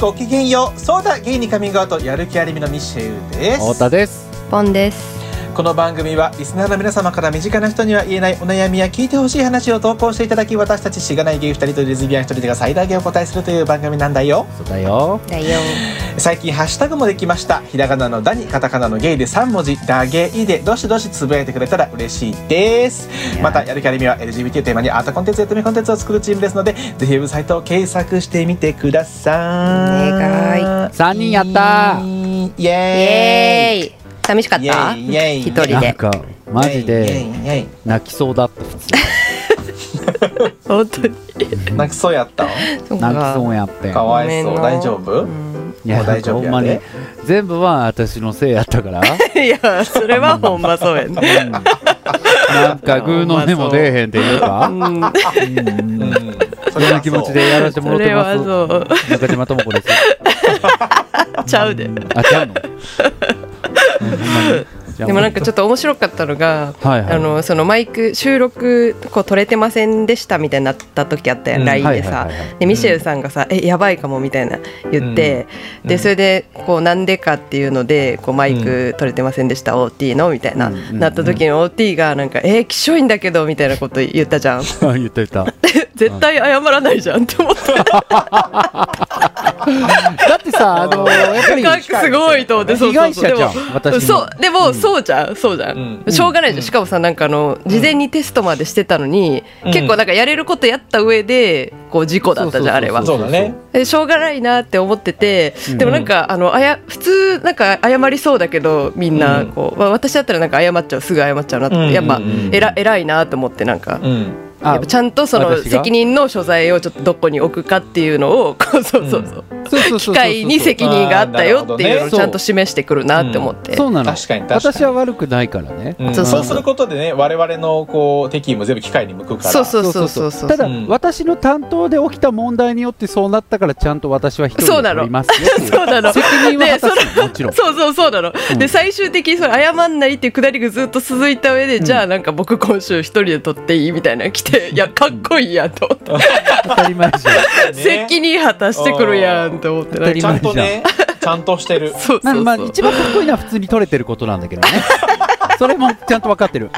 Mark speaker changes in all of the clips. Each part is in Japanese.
Speaker 1: ごきげんようそうだゲイにカミングアウトやる気ありみのミシェルです
Speaker 2: 太田です
Speaker 3: ポンです。
Speaker 1: この番組はリスナーの皆様から身近な人には言えないお悩みや聞いてほしい話を投稿していただき私たちしがないゲイ2人とレズビアン1人が最大限お答えするという番組なんだよ
Speaker 2: そうだよ
Speaker 3: だよ。
Speaker 1: 最近ハッシュタグもできましたひらがなの「だ」にカタカナの「ゲイ」で3文字「だゲイ」でどしどしつぶやいてくれたら嬉しいですまたやる気ありみは LGBT をテーマにアートコンテンツやトメコンテンツを作るチームですのでぜひウェブサイトを検索してみてください
Speaker 3: お願
Speaker 1: い
Speaker 2: 三人やった
Speaker 1: イ
Speaker 3: イ
Speaker 1: エーイ
Speaker 3: エーイ。寂しかっ
Speaker 1: イエ
Speaker 3: た？
Speaker 1: ーイイエーイ
Speaker 3: 一人
Speaker 1: な
Speaker 2: なん
Speaker 3: で。
Speaker 2: かマジ
Speaker 1: イエ
Speaker 2: で
Speaker 1: イイエイイエ
Speaker 2: 泣きそうだった普通
Speaker 3: 本当に。
Speaker 1: イ泣きそうやったん
Speaker 3: そう
Speaker 2: 泣きそう
Speaker 3: や。
Speaker 2: やってん
Speaker 1: かわい
Speaker 3: ご
Speaker 1: そう
Speaker 3: めんな
Speaker 1: 大丈夫、
Speaker 3: うん
Speaker 2: いや
Speaker 1: もう
Speaker 2: な
Speaker 1: 大
Speaker 2: んか
Speaker 1: 丈
Speaker 2: ほ
Speaker 1: 夫
Speaker 2: ん
Speaker 1: や
Speaker 2: まに
Speaker 1: で
Speaker 2: 全部は私のせいやったから
Speaker 3: いやそれはほんまそうやね。
Speaker 2: なんかグーの根も出えへんっていうか
Speaker 3: うん
Speaker 1: うんそ
Speaker 2: そ
Speaker 1: れ
Speaker 2: ん
Speaker 1: はそ
Speaker 2: な
Speaker 1: う
Speaker 2: 気持ちでやらせてもらっ
Speaker 3: そ
Speaker 2: て
Speaker 3: れは
Speaker 2: ま
Speaker 3: そ
Speaker 2: す中島智子です
Speaker 3: う。ちゃうで。
Speaker 2: あちゃうのうんほんまにじゃあ
Speaker 3: でもなんかちょっと面白かったのが、
Speaker 2: はいはい
Speaker 3: あのそのマイク収録こう取れてませんでしたみたいになった時あったやん、
Speaker 1: うん
Speaker 3: LINE で
Speaker 2: はい
Speaker 3: さ
Speaker 2: はいはいはい
Speaker 3: でミシェルさんがさ「えやばいかも」みたいな言って、
Speaker 1: うんう
Speaker 3: で
Speaker 1: ん
Speaker 3: それでこうなんでかっていうのでこうマイク取れてませんでした、OT のみたいな、
Speaker 2: うんうんうん
Speaker 3: なった時の OT がなんか「えー、きしょいんだけど」みたいなこと言ったじ ゃん
Speaker 2: あ 言った言った
Speaker 3: 絶対謝らないじゃんって思った
Speaker 2: だってさあのやっぱり
Speaker 3: なんかすごいと思ってそうそうそう
Speaker 2: 被害者
Speaker 3: で
Speaker 2: じゃ
Speaker 3: も
Speaker 2: ん私も
Speaker 3: そうでも、そうじゃんそうじゃん、
Speaker 1: うん
Speaker 3: しょうがないじゃんしかもさなんかあの事前にテストまでしてたのに、
Speaker 1: うん
Speaker 3: 結構なんかやれることやった上でこう事故だったじゃんあれは
Speaker 1: そうだね
Speaker 3: でしょうがないなって思っててでもなんかあのあや普通なんか謝りそうだけどみんなこう、まあ私だったらなんか謝っちゃうすぐ謝っちゃうなって、
Speaker 1: うん
Speaker 3: やっぱ
Speaker 1: うんうん
Speaker 3: えら偉いなと思ってなんか。
Speaker 1: うん
Speaker 2: あ
Speaker 3: やっぱちゃんとその
Speaker 2: 私が
Speaker 3: 責任の所在をちょっとどこに置くかっていうのをこうそうそうそう、
Speaker 2: そうそうそうそう
Speaker 3: 機械に責任があったよっていうの
Speaker 1: あーなるほど
Speaker 3: を
Speaker 1: ね
Speaker 3: ちゃんと示してくるなって思って、
Speaker 2: そうなの
Speaker 1: 確かに確かに
Speaker 2: 私は悪くないからね、
Speaker 1: うん
Speaker 3: そうそ
Speaker 1: そう
Speaker 3: うそう
Speaker 1: することでね我々のこう敵意も全部機械に向くから
Speaker 3: そうそうそうそうそう
Speaker 2: ただ、
Speaker 1: うん
Speaker 2: 私の担当で起きた問題によってそうなったからちゃんと私は一人
Speaker 3: そう
Speaker 2: で
Speaker 3: な
Speaker 2: お
Speaker 3: の
Speaker 2: りますよっていう
Speaker 3: そうなの
Speaker 2: 責任は果たすもちろん
Speaker 3: そうそうそうなの、
Speaker 2: うん
Speaker 3: で最終的にそれ謝んないっていうくだりがずっと続いた上で、じゃあなんか僕今週一人で撮っていいみたいなの来ていやかっこいいやんと思って、
Speaker 2: 当たり前じゃん
Speaker 3: 責任果たしてくるやんと思ってな
Speaker 2: 当た
Speaker 3: ん
Speaker 2: り
Speaker 1: ち
Speaker 3: か
Speaker 1: ゃんとねちゃんとしてる
Speaker 3: そう
Speaker 2: な
Speaker 3: そうそう、
Speaker 2: まあ一番かっこいいのは普通に取れてることなんだ けどねそれもちゃんと分かってる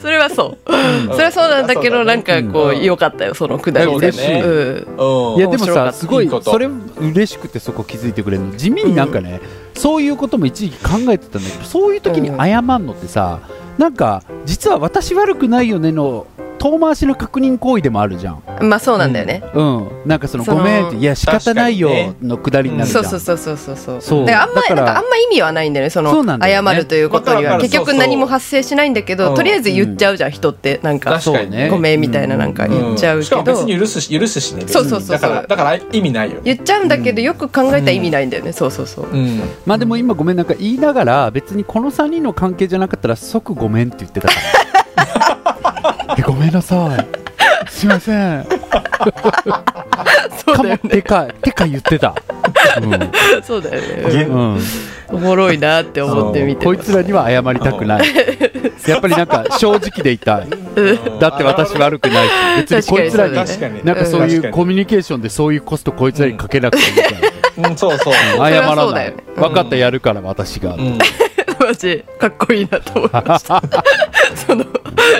Speaker 3: それはそう、それはそうなんだけど
Speaker 1: そうだ
Speaker 3: な
Speaker 1: ね
Speaker 3: んかこう
Speaker 1: うん
Speaker 3: 良かったよそのくだり
Speaker 1: そう
Speaker 3: で、
Speaker 1: だね
Speaker 3: うん
Speaker 1: うん
Speaker 2: いやでも
Speaker 3: 面白か
Speaker 2: さ
Speaker 3: った
Speaker 2: すご
Speaker 1: い
Speaker 2: い
Speaker 1: いこと
Speaker 2: それ嬉しくてそこ気づいてくれるの地味になんかね、そういうことも一時期考えてたんだけどそういう時に謝んのってさ、なんか実は私悪くないよねの遠回しの確認行為でもあるじゃん
Speaker 3: まあそうなんだよね、
Speaker 2: うん、なんかその
Speaker 3: その
Speaker 2: ごめんっていや仕方ないよのくだりになるじゃ
Speaker 3: そ
Speaker 2: ん、
Speaker 3: うそうそうそうそうそう
Speaker 2: そう
Speaker 3: だからあん
Speaker 2: だ
Speaker 3: ま
Speaker 2: から
Speaker 3: なんかあんま意味はないんだよねその
Speaker 2: そうなんだよ
Speaker 3: 謝
Speaker 2: ね
Speaker 3: るということ
Speaker 1: わ
Speaker 3: に
Speaker 1: かるわ
Speaker 3: は
Speaker 1: かる
Speaker 3: 結
Speaker 1: そう
Speaker 3: 局
Speaker 1: そう
Speaker 3: 何も発生しないんだけ
Speaker 1: う
Speaker 3: ど
Speaker 1: ん
Speaker 3: とりあえず言っちゃうじゃん人ってなんか
Speaker 1: 確かにね
Speaker 3: ごめんみたいななんか言っちゃう
Speaker 1: し
Speaker 3: け
Speaker 1: かも別
Speaker 3: ど
Speaker 1: に許すし許すしね別に
Speaker 3: そうそうそうそう
Speaker 1: だからだから意味ないよね
Speaker 3: 言っちゃうんだけどよく考えたら意味ないんだよねそうそうそう
Speaker 1: うん
Speaker 2: まあでも今ごめんなんか言いながら別にこの3人の関係じゃなかったら即ごめんって言ってたから えごめんなさいすいません
Speaker 3: そう
Speaker 2: か
Speaker 3: だ
Speaker 2: も
Speaker 3: よ
Speaker 2: てかてか言ってた、
Speaker 3: そうだよね
Speaker 1: 現
Speaker 2: うんうん、
Speaker 3: おもろいなって思って見て
Speaker 2: こいつらには謝りたくないやっぱりなんか正直でいたいだって私悪くないし別にこいつらに
Speaker 3: 確か
Speaker 1: 確か
Speaker 3: に
Speaker 1: に
Speaker 2: なんかそういうコ
Speaker 1: ミ
Speaker 2: ミュニケーションでそういうコストこいつらにかけなくていいから、
Speaker 1: うんそうそう
Speaker 3: それ
Speaker 2: 謝ら
Speaker 3: はそう
Speaker 2: な
Speaker 3: だ
Speaker 2: い、
Speaker 3: よねうん
Speaker 2: 分かったやるから私が、
Speaker 1: うん
Speaker 3: マジかっこいいなと思いましたその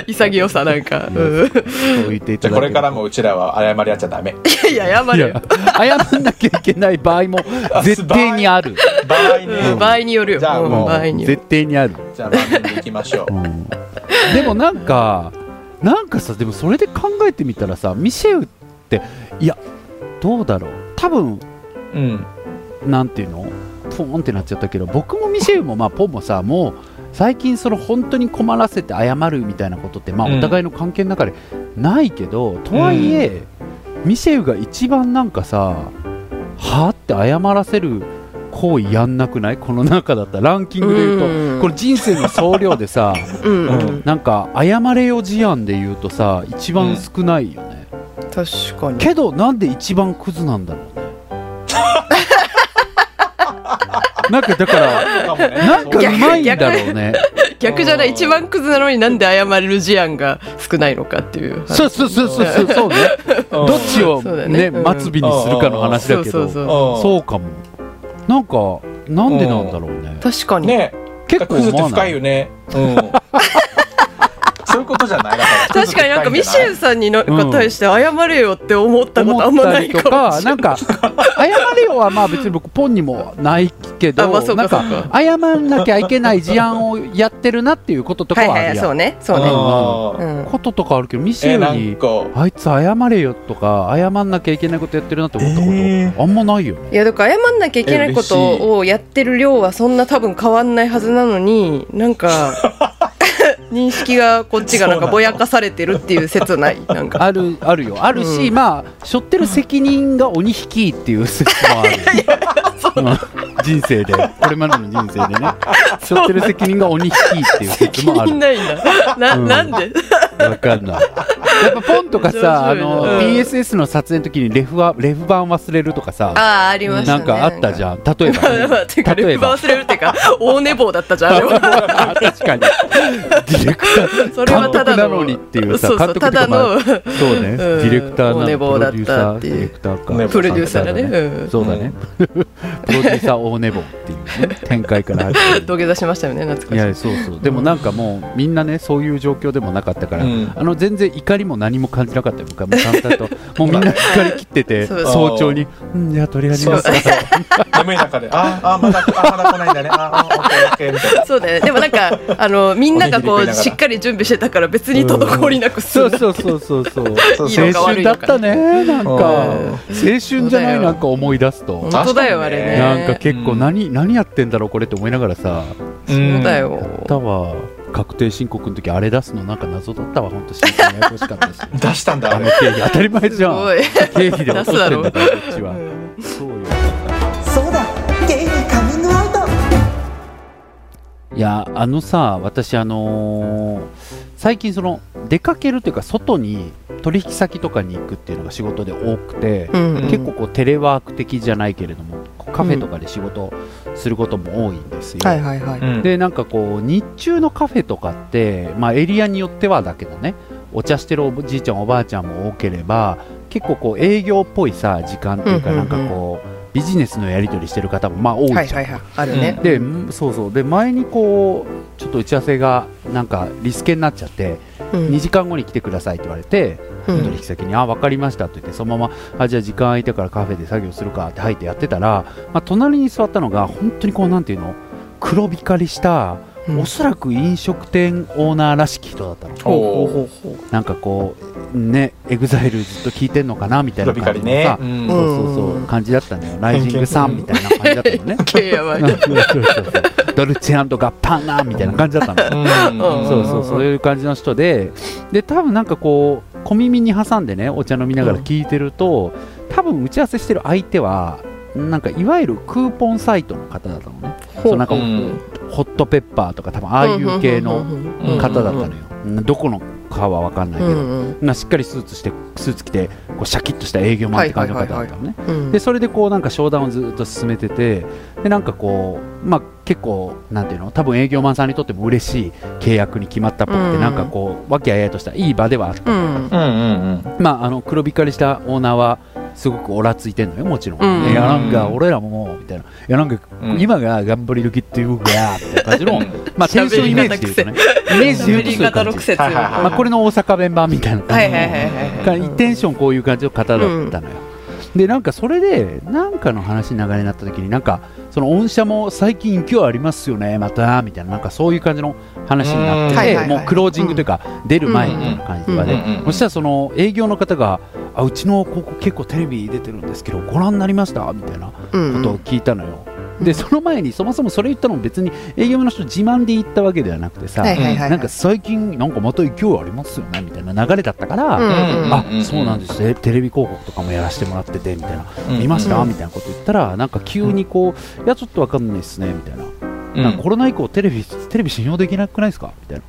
Speaker 3: 潔さなんかうん
Speaker 2: そう言ってい
Speaker 1: じ
Speaker 2: た
Speaker 1: ゃあ
Speaker 2: だ
Speaker 1: こ
Speaker 2: け
Speaker 1: れからもうちらは謝り合っちゃダメ
Speaker 3: いやいや謝
Speaker 2: いや
Speaker 3: るよ
Speaker 2: 謝んなきゃいけない場合も絶対にある
Speaker 1: 場合ね
Speaker 3: うん場合によるよ
Speaker 1: じゃあ
Speaker 3: うん
Speaker 1: もう
Speaker 3: 場合による
Speaker 2: 絶対にある、
Speaker 1: じゃあ番組でいきましょう
Speaker 2: うんでもなんかなんかさでもそれで考えてみたらさミシェウっていやどうだろう多分
Speaker 1: うん
Speaker 2: なんていうのポーンってなっちゃったけど僕もミシェウもまあポンもさもう最近その本当に困らせて謝るみたいなことってまあ
Speaker 1: うん
Speaker 2: お互いの関係の中でないけど、とはいえ、ミシェウが一番なんかさはあって謝らせる行為やんなくないこの中だったらランキングで言うと、
Speaker 3: うん
Speaker 2: これ人生の総量でさ
Speaker 3: うんう
Speaker 1: うん
Speaker 3: ん
Speaker 2: なんか謝れよ事案で言うとさ一番少ないよね、
Speaker 3: 確かに
Speaker 2: けどなんで一番クズなんだろうね なんかだから
Speaker 1: そうかもね
Speaker 2: なんかうまいんだろうね。
Speaker 3: 逆じゃない一番クズなのになんで謝る事案が少ないのかっていう
Speaker 2: そうそうそうそうそうそうね
Speaker 1: ど
Speaker 2: どっちを
Speaker 3: そうだ
Speaker 2: ね
Speaker 3: ねうん
Speaker 2: 末尾にするかの話だけ
Speaker 3: そう
Speaker 2: ど
Speaker 3: そうそう
Speaker 2: そうかもなんかなんでなんだろうね
Speaker 3: 確かに、
Speaker 1: ね
Speaker 2: 結構
Speaker 1: クズって
Speaker 2: 思わな
Speaker 1: 深い
Speaker 2: い
Speaker 1: よね。うんそういうことじゃないだら
Speaker 3: 確かになんかミシェルさんになん
Speaker 2: うん
Speaker 3: か対して謝れよって思ったことあん
Speaker 2: 思っ
Speaker 3: ま
Speaker 2: た
Speaker 3: ない
Speaker 2: りと
Speaker 3: かも
Speaker 2: か
Speaker 3: しれ
Speaker 2: な
Speaker 3: ない
Speaker 2: んか謝れよはまあ別に僕ポンにもないけ
Speaker 3: あま
Speaker 2: ど
Speaker 3: あそう
Speaker 2: な
Speaker 3: か
Speaker 2: ん
Speaker 3: そう
Speaker 2: か
Speaker 3: か
Speaker 2: 謝んなきゃいけない事案をやってるなっていうこととか
Speaker 3: はい
Speaker 2: は
Speaker 3: は
Speaker 2: あ
Speaker 3: い
Speaker 2: るや
Speaker 3: そうんねそうね
Speaker 1: うん
Speaker 3: うん
Speaker 2: こととかあるけどミシ
Speaker 1: え
Speaker 2: ェ
Speaker 1: な
Speaker 2: ルに
Speaker 1: んか
Speaker 2: あいつ謝れよとか謝んなきゃいけないことやってるなって思ったこと、
Speaker 1: えー
Speaker 2: あんまない よね
Speaker 3: いやだから謝んなきゃいけないことをやってる量はそんな多分変わんないはずなのにな んか認識がこっちがなんかぼやかされてるっていう説ないなんか
Speaker 2: あるあるよあるし、
Speaker 3: うん
Speaker 2: まあ背負ってる責任が鬼引きっていう説もあ るうん人生でこれまでの人生でね背負ってる責任が鬼引きっていう説
Speaker 3: 気
Speaker 2: もあ
Speaker 3: に
Speaker 2: る
Speaker 3: ないんだな,、
Speaker 2: うん
Speaker 3: なんで
Speaker 2: わかんないやっぱポンとかさあ
Speaker 3: 面白いな
Speaker 2: の、
Speaker 3: うん
Speaker 2: BSS の撮影の時にレフはレフ版忘れるとかさ
Speaker 3: ああありました
Speaker 2: な
Speaker 3: ね
Speaker 2: ん かあったじ
Speaker 3: ゃん
Speaker 2: ゃん 例えばね、
Speaker 3: てかレ
Speaker 2: 例え
Speaker 3: ップ
Speaker 2: ば
Speaker 3: 忘れるっていうか 大寝坊だったじゃんあれ は
Speaker 2: あ確かにディレクター
Speaker 3: それはた
Speaker 2: 監
Speaker 3: だ
Speaker 2: 督な
Speaker 3: の
Speaker 2: のにっていうさ
Speaker 3: そうそう
Speaker 2: 監督
Speaker 3: た
Speaker 2: とか
Speaker 3: だ
Speaker 2: もあ
Speaker 3: の
Speaker 2: そうね、
Speaker 3: ん
Speaker 2: ディレクターな
Speaker 3: お寝
Speaker 2: の
Speaker 3: 坊
Speaker 2: プ
Speaker 3: だ
Speaker 2: ロ
Speaker 3: っ
Speaker 2: デュー
Speaker 3: た
Speaker 2: サ
Speaker 3: っ
Speaker 2: ー
Speaker 3: て
Speaker 2: デ
Speaker 3: い
Speaker 2: ィ
Speaker 3: う
Speaker 2: レクターか
Speaker 1: ね
Speaker 3: プロデューサーがね
Speaker 2: 監督
Speaker 3: うん
Speaker 2: そうだね、 プロデューサー大寝坊っていう、ね、展開から始まる
Speaker 3: 土下座しましたよね懐
Speaker 2: い
Speaker 3: かしい
Speaker 2: やそうそうでもなんかもうみんなねそういう状況でもなかったから、
Speaker 1: うん
Speaker 2: あの全然怒りも何も感じなかったよ僕はもう淡々ともうみんな怒り切ってて
Speaker 3: そう
Speaker 2: 早朝に「うんじゃあ鳥が逃
Speaker 1: そう
Speaker 2: が
Speaker 1: そうそう眠い中でああまだあまだ来ないんだねああオッケーオッケーみたいな
Speaker 3: そうだねでもなん かあのみんながこ
Speaker 1: おにぎり食いながら
Speaker 3: うしっかり準備してたから別に滞りなく済
Speaker 2: そ
Speaker 3: ん
Speaker 2: う
Speaker 3: だ
Speaker 2: そうそう そうそう
Speaker 1: そう
Speaker 3: いいのか
Speaker 2: 青
Speaker 3: 悪
Speaker 2: 春
Speaker 3: い
Speaker 2: だ
Speaker 3: の
Speaker 2: っ
Speaker 3: か
Speaker 2: たねなんか
Speaker 1: うん
Speaker 2: 青春じゃないなんか思い出すと
Speaker 3: 本。当だよあ
Speaker 1: 確かに
Speaker 3: れ
Speaker 1: ね
Speaker 3: ね
Speaker 2: なんか結構
Speaker 1: うん
Speaker 2: 何,、何やってんだろうこれって思いながらさ
Speaker 3: そうだよ
Speaker 2: やったわ確定申告の時あれ出すのなんか謎だったわ本当申請ややこしかったし
Speaker 1: うん出したんだ
Speaker 2: あ
Speaker 1: あ
Speaker 2: の
Speaker 1: れ
Speaker 2: 経費当たり前じ
Speaker 3: す
Speaker 2: ゃん
Speaker 3: ごい
Speaker 2: 経費で落としてんだからこっちは、
Speaker 3: うん
Speaker 2: そうよ
Speaker 4: そうだゲイにカミングアウト
Speaker 2: いやあのさ私あのー最近その出かけるというか外に取引先とかに行くっていうのが仕事で多くて、
Speaker 3: うん
Speaker 2: 結構こうテレワーク的じゃないけれどもこうカフェとかで仕事することも多いんですよ、
Speaker 3: はいはいはい
Speaker 1: うん
Speaker 2: でなんかこう日中のカフェとかって、まあ、エリアによってはだけどねお茶してるおじいちゃんおばあちゃんも多ければ結構こう営業っぽいさ時間っていうか、
Speaker 3: うんうんうん
Speaker 2: なんかこうビジネスのやり取りしてる方もまあ多いじゃん、
Speaker 3: はいはいはいあるね
Speaker 2: でんそうそうで前にこうちょっと打ち合わせがなんかリスケになっちゃって、
Speaker 3: うん
Speaker 2: 2時間後に来てくださいって言われて、
Speaker 3: うん
Speaker 2: 取引先に「あ分かりました」って言ってそのまま「あじゃあ時間空いてからカフェで作業するか」って入ってやってたら、まあ、隣に座ったのが本当にこうなんていうの黒光りした、
Speaker 3: うん
Speaker 2: おそらく飲食店オーナーらしき人だったの
Speaker 1: おー
Speaker 3: うほう
Speaker 2: なんかこうねエグザイルずっと聞いてんのかなみたい
Speaker 1: 黒
Speaker 2: な感
Speaker 1: 光り
Speaker 2: じの
Speaker 1: ね
Speaker 2: さ、
Speaker 1: う
Speaker 2: そ
Speaker 1: ん
Speaker 2: うそうそう
Speaker 3: うん
Speaker 2: 感じだったのよライジングさんみたいな感じだったのね
Speaker 3: OK やばい
Speaker 2: そうそうそうドルチェガッパーナみたいな感じだったの。
Speaker 1: うん
Speaker 2: そうそうそういう感じの人でで多分なんかこう小耳に挟んでねお茶飲みながら聞いてると、多分打ち合わせしてる相手はなんかいわゆるクーポンサイトの方だったのねそうなんか
Speaker 1: うん
Speaker 2: ホットペッパーとか多分ああいう系の
Speaker 1: うん
Speaker 2: 方だったのよ、うんどこのかは分かんないけど、
Speaker 3: うん
Speaker 2: なしっかりスーツしてスーツ着てこうシャキッとした営業マンって感じの方だったのね
Speaker 3: うん
Speaker 2: でそれでこうなんか商談をずっと進めててでなんかこう、まあ、結構なんていうの多分営業マンさんにとっても嬉しい契約に決まったっぽくて、
Speaker 3: うん
Speaker 2: なんかこう和気あいあいとしたいい場ではあった、
Speaker 3: うん
Speaker 1: うんうん
Speaker 2: まあ、あの黒光りしたオーナーはすごくオラついてんのよもちろん、
Speaker 3: うん
Speaker 2: いやなんか俺らももうみたいないやなんか
Speaker 1: うん
Speaker 2: 今が頑張り時っていうかみたいな感じ
Speaker 1: うん
Speaker 2: の、まあ、テンションイメージで言うとねイメージで言うとそう
Speaker 3: 喋り
Speaker 2: いう
Speaker 3: 方
Speaker 2: 感
Speaker 3: の
Speaker 2: じ
Speaker 3: 癖強い
Speaker 1: はいはいはい
Speaker 2: まあ、これの大阪弁版みたいな感じの
Speaker 3: はいはいはいはいはい
Speaker 2: テンションこういう感じの方だったのよ、でなんかそれでなんかの話の流れになった時になんかその御社も最近勢いありますよねまたみたいななんかそういう感じの話になって
Speaker 1: うんはい
Speaker 3: はいはい
Speaker 2: もうクロージングというか、出る前みたいな感じとかで、
Speaker 1: うんうんうん
Speaker 2: そしたらその営業の方があうちの高校結構テレビ出てるんですけどご覧になりましたみたいな
Speaker 3: うん
Speaker 2: ことを聞いたのよ、でその前にそもそもそれ言ったのも別に営業の人自慢で言ったわけではなくてさ、
Speaker 3: はいはいはい
Speaker 2: なんか最近なんかまた勢いありますよねみたいな流れだったから、
Speaker 3: うん
Speaker 2: あそうなんですねテレビ広告とかもやらせてもらっててみたいな、
Speaker 1: うん
Speaker 2: 見ました、
Speaker 3: うん
Speaker 2: みたいなこと言ったらなんか急にこう、いやちょっとわかんないですねみたいな,、
Speaker 1: うん
Speaker 2: なんかコロナ以降テレビテレビ信用できなくないですかみたいな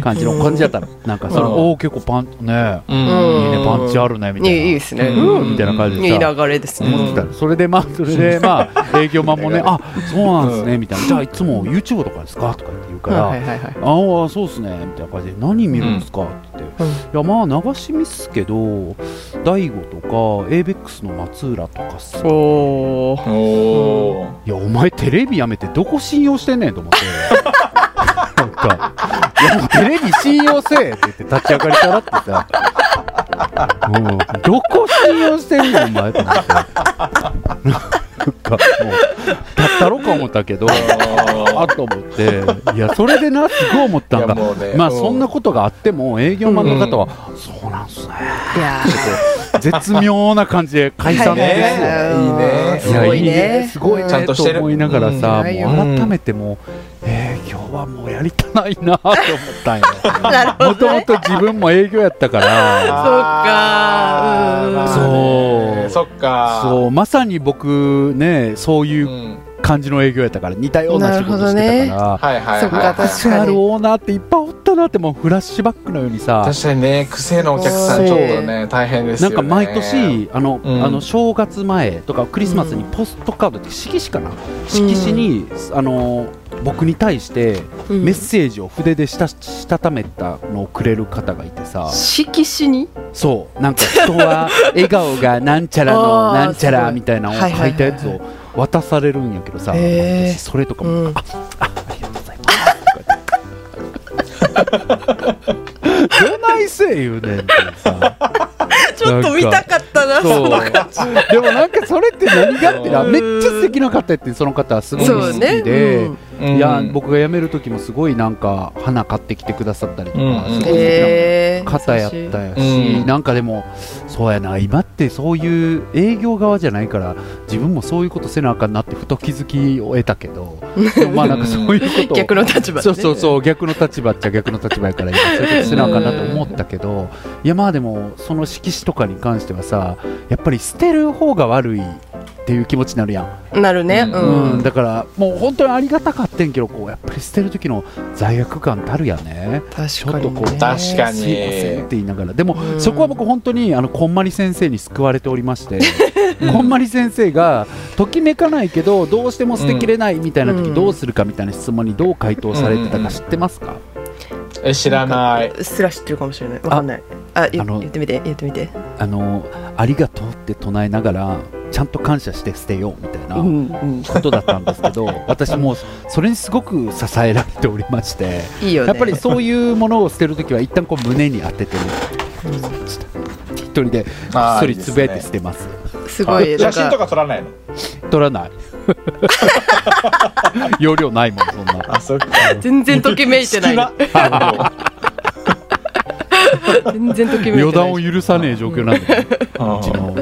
Speaker 2: 感じの感じだったのなんかそ
Speaker 1: うん
Speaker 2: のおお結構パンね
Speaker 1: うん
Speaker 3: うん
Speaker 2: いいねパンチあるねみたいない
Speaker 3: いいいですね
Speaker 2: うんみたいな感じ
Speaker 3: い
Speaker 2: で
Speaker 3: い
Speaker 2: さ
Speaker 3: 流れですね。
Speaker 2: 思ってたのそれでまあそれ でまあ営業マンもねあそうなんですねみたいなじゃあいつも YouTube とかですかとかって言うか
Speaker 3: うんは
Speaker 2: ら
Speaker 3: いはいは
Speaker 2: あ
Speaker 3: い。
Speaker 2: あそうっすねみたいな感じで何見るんですかって言って、
Speaker 3: うん
Speaker 2: いやまあ流し見っすけど大悟とか ABEX の松浦とかっすい
Speaker 3: おー
Speaker 1: おー
Speaker 2: やお前テレビやめてどこ信用してんねんと思ってなんか「いやもうテレビ信用せえ」って言って立ち上がりからってさうんどこ信用してんねんお前と思ってなんかもうだったろか思ったけどあと思っていやそれでなすごい思ったんが
Speaker 1: いやもうね
Speaker 2: まあ
Speaker 1: うん
Speaker 2: そんなことがあっても営業マンの方は、そうなんすね
Speaker 3: いや
Speaker 2: って絶妙な感じで解散ですよ、
Speaker 1: ね
Speaker 3: ー
Speaker 1: いいね
Speaker 3: すごい
Speaker 2: すご
Speaker 3: ね。
Speaker 2: いね
Speaker 1: ちゃんとしてる
Speaker 2: 思いながらさ、
Speaker 3: うん
Speaker 2: もう改めてもう、えー今日はもうやりたないなと思ったんよ
Speaker 3: なる
Speaker 2: も
Speaker 3: ほ
Speaker 2: と
Speaker 3: ど
Speaker 2: も
Speaker 3: ね。
Speaker 2: と自分も営業やったから
Speaker 1: あーまあね
Speaker 2: そ
Speaker 1: そっか
Speaker 2: そうまさに僕ねそういううん感じの営業やったから似たような仕事してたか
Speaker 1: は
Speaker 2: ら、
Speaker 1: いはいはい
Speaker 3: そっか確
Speaker 2: 癖あるオーナーっていっぱいおったなってもうフラッシュバックのようにさ
Speaker 1: 確かにね癖のお客さんちょっとね大変です
Speaker 2: な
Speaker 1: よ
Speaker 2: ん
Speaker 1: ね
Speaker 2: か毎年あの、
Speaker 1: うん
Speaker 2: あの正月前とかクリスマスにポストカードって色紙かな、色紙にあの僕に対して
Speaker 3: うん
Speaker 2: メッセージを筆でしたしたためたのをくれる方がいてさ
Speaker 3: 色紙に
Speaker 2: そうなんか人は笑顔がなんちゃらの
Speaker 3: あー
Speaker 2: なんちゃ
Speaker 3: す
Speaker 2: ら
Speaker 3: ごい
Speaker 2: みたいなのを
Speaker 3: はい
Speaker 2: 書
Speaker 3: はいはい
Speaker 2: いたやつを渡されるんやけどさ、
Speaker 3: へー
Speaker 2: 私それとかも、
Speaker 3: うん
Speaker 2: ああありがとうござい ます。どないせえ言うねんってさ
Speaker 3: ちょっと見たかった
Speaker 2: そ
Speaker 3: な。
Speaker 2: う
Speaker 3: その感
Speaker 2: でもなんかそれって何がってな
Speaker 1: うん
Speaker 2: めっちゃ素敵な方やってその方はすご
Speaker 3: じ
Speaker 2: い
Speaker 3: そう
Speaker 2: 好き
Speaker 3: ね。
Speaker 2: で、
Speaker 3: う
Speaker 1: う
Speaker 3: ん
Speaker 1: ん
Speaker 2: いや、僕が辞める時もすごいなんか花買ってきてくださったりとか、
Speaker 1: うんうん
Speaker 2: すごい素敵
Speaker 3: え
Speaker 2: な
Speaker 3: ー
Speaker 2: 方やったやし、
Speaker 1: うん
Speaker 2: なんかでもそうやな今ってそういう営業側じゃないから自分もそういうことせなあかんなってふと気づきを得たけどでもまあなんかそういうことを
Speaker 3: 逆の立場ね
Speaker 2: そうそうそう逆の立場っちゃ逆の立場やから今そういうことせなあかんなと思ったけどいやまあでもその色紙とかに関してはさやっぱり捨てる方が悪いっていう気持ちになるやん
Speaker 3: なるね。
Speaker 1: う
Speaker 3: うん
Speaker 2: うん、だからもう本当にありがたかってんけどこうやっぱり捨てる時の罪悪感たるやね
Speaker 3: 確かに
Speaker 2: ちょ
Speaker 3: ね。
Speaker 2: っとこう
Speaker 1: 確かに
Speaker 2: すいませんって言いながらでも、
Speaker 3: うん
Speaker 2: そこは僕本当にあのこんまり先生に救われておりましてこんまり先生がときめかないけどどうしても捨てきれないみたいな
Speaker 3: う
Speaker 2: 時
Speaker 3: ん
Speaker 2: どうするかみたいな質問にどう回答されてたか知ってますか、
Speaker 1: え知らないう
Speaker 3: っすら知ってるかもしれない。わかんない。あ、言
Speaker 2: あの
Speaker 3: 言ってみて、言ってみて。
Speaker 2: あのありがとうって唱えながらちゃんと感謝して捨てようみたいな。
Speaker 3: うんうん
Speaker 2: ことだったんですけど私もうそれにすごく支えられておりまして
Speaker 3: いいよね。
Speaker 2: やっぱりそういうものを捨てるときは一旦こう胸に当ててる一人でこっそりつぶやいて捨てます
Speaker 3: すごい。
Speaker 1: あ写
Speaker 3: なんか
Speaker 1: 真とか撮らないの
Speaker 2: 取らない容量ないもんそんな
Speaker 1: あそっか
Speaker 3: 全然ときめいてない。
Speaker 1: 少な
Speaker 3: 全然ときめいてない。
Speaker 2: 余談を許さねえ状況なんだよ
Speaker 1: うん
Speaker 2: うちの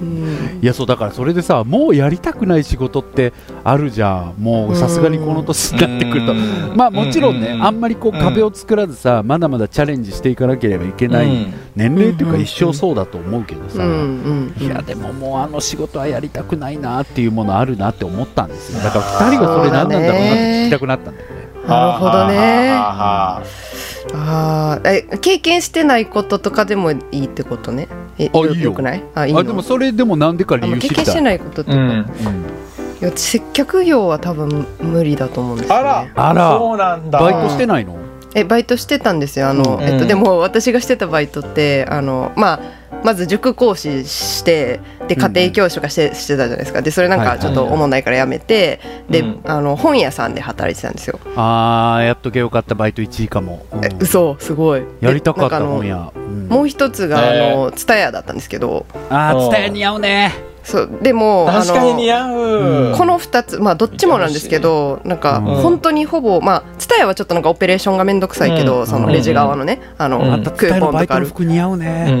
Speaker 3: うん
Speaker 2: いやそうだからそれでさもうやりたくない仕事ってあるじゃんもうさすがにこの年になってくると
Speaker 1: うん
Speaker 2: まあもちろんね
Speaker 1: う
Speaker 2: あんまりこう壁を作らずさまだまだチャレンジしていかなければいけない
Speaker 1: うん
Speaker 2: 年齢っていう
Speaker 3: う
Speaker 2: か
Speaker 3: ん
Speaker 2: 一生そうだと思うけど
Speaker 3: う
Speaker 2: さ
Speaker 3: んうん。
Speaker 2: いやでももうあの仕事はやりたくないなっていうものあるなって思ったんですよだから2人がそれ何なんだろうなって聞きたくなったんだよね
Speaker 3: なるほど
Speaker 1: はあはあ
Speaker 3: ね。
Speaker 1: はあは
Speaker 3: ああ、え、経験してないこととかでもいいってことね。え
Speaker 2: あいいよ
Speaker 3: くない。あ、いいの。
Speaker 2: あでもそれでもなんでか
Speaker 3: あ
Speaker 2: 理
Speaker 3: まあ
Speaker 2: 由
Speaker 3: 経
Speaker 2: 知り
Speaker 3: 験したて
Speaker 2: い
Speaker 3: ないことって
Speaker 1: う
Speaker 3: いうか、い
Speaker 1: ん
Speaker 2: うん
Speaker 3: や接客業は多分無理だと思うんですよ、ね。
Speaker 1: あら
Speaker 2: あら
Speaker 1: そうなんだ
Speaker 2: バイトしてないの
Speaker 3: えバイトしてたんですよあの、
Speaker 2: うん
Speaker 3: えっと、でも私がしてたバイトってあの、まあ、まず塾講師してで家庭教師とかして,、してたじゃないですかでそれなん
Speaker 2: はいは
Speaker 3: か
Speaker 2: い
Speaker 3: ちょっとおもんないからやめて、で、
Speaker 1: うん
Speaker 3: あの本屋さんで働いてたんですよ、
Speaker 2: あーやっとけよかったバイト1位かもうん
Speaker 3: え嘘すごい
Speaker 2: やりたかった
Speaker 3: でなん
Speaker 2: 本
Speaker 3: あの
Speaker 2: やうん
Speaker 3: もう一つがあ
Speaker 1: え
Speaker 3: の蔦屋だったんですけど
Speaker 2: あ
Speaker 1: う
Speaker 2: ー
Speaker 1: ん
Speaker 2: 蔦屋似合うね
Speaker 3: そうでもあの
Speaker 1: 確かに似合う
Speaker 3: この2つ、まあ、どっちもなんですけどなんか
Speaker 2: うん
Speaker 3: 本当にほぼ、まあ、蔦屋はちょっとなんかオペレーションがめんどくさいけど、
Speaker 1: うん
Speaker 3: そのレジ側のね、あの
Speaker 1: うん
Speaker 2: また
Speaker 3: ク
Speaker 2: 蔦屋
Speaker 3: ーポ
Speaker 2: の
Speaker 3: ン
Speaker 2: バ
Speaker 3: と
Speaker 2: イ
Speaker 3: かあ
Speaker 2: トの
Speaker 3: る、
Speaker 2: 服似合うね
Speaker 1: う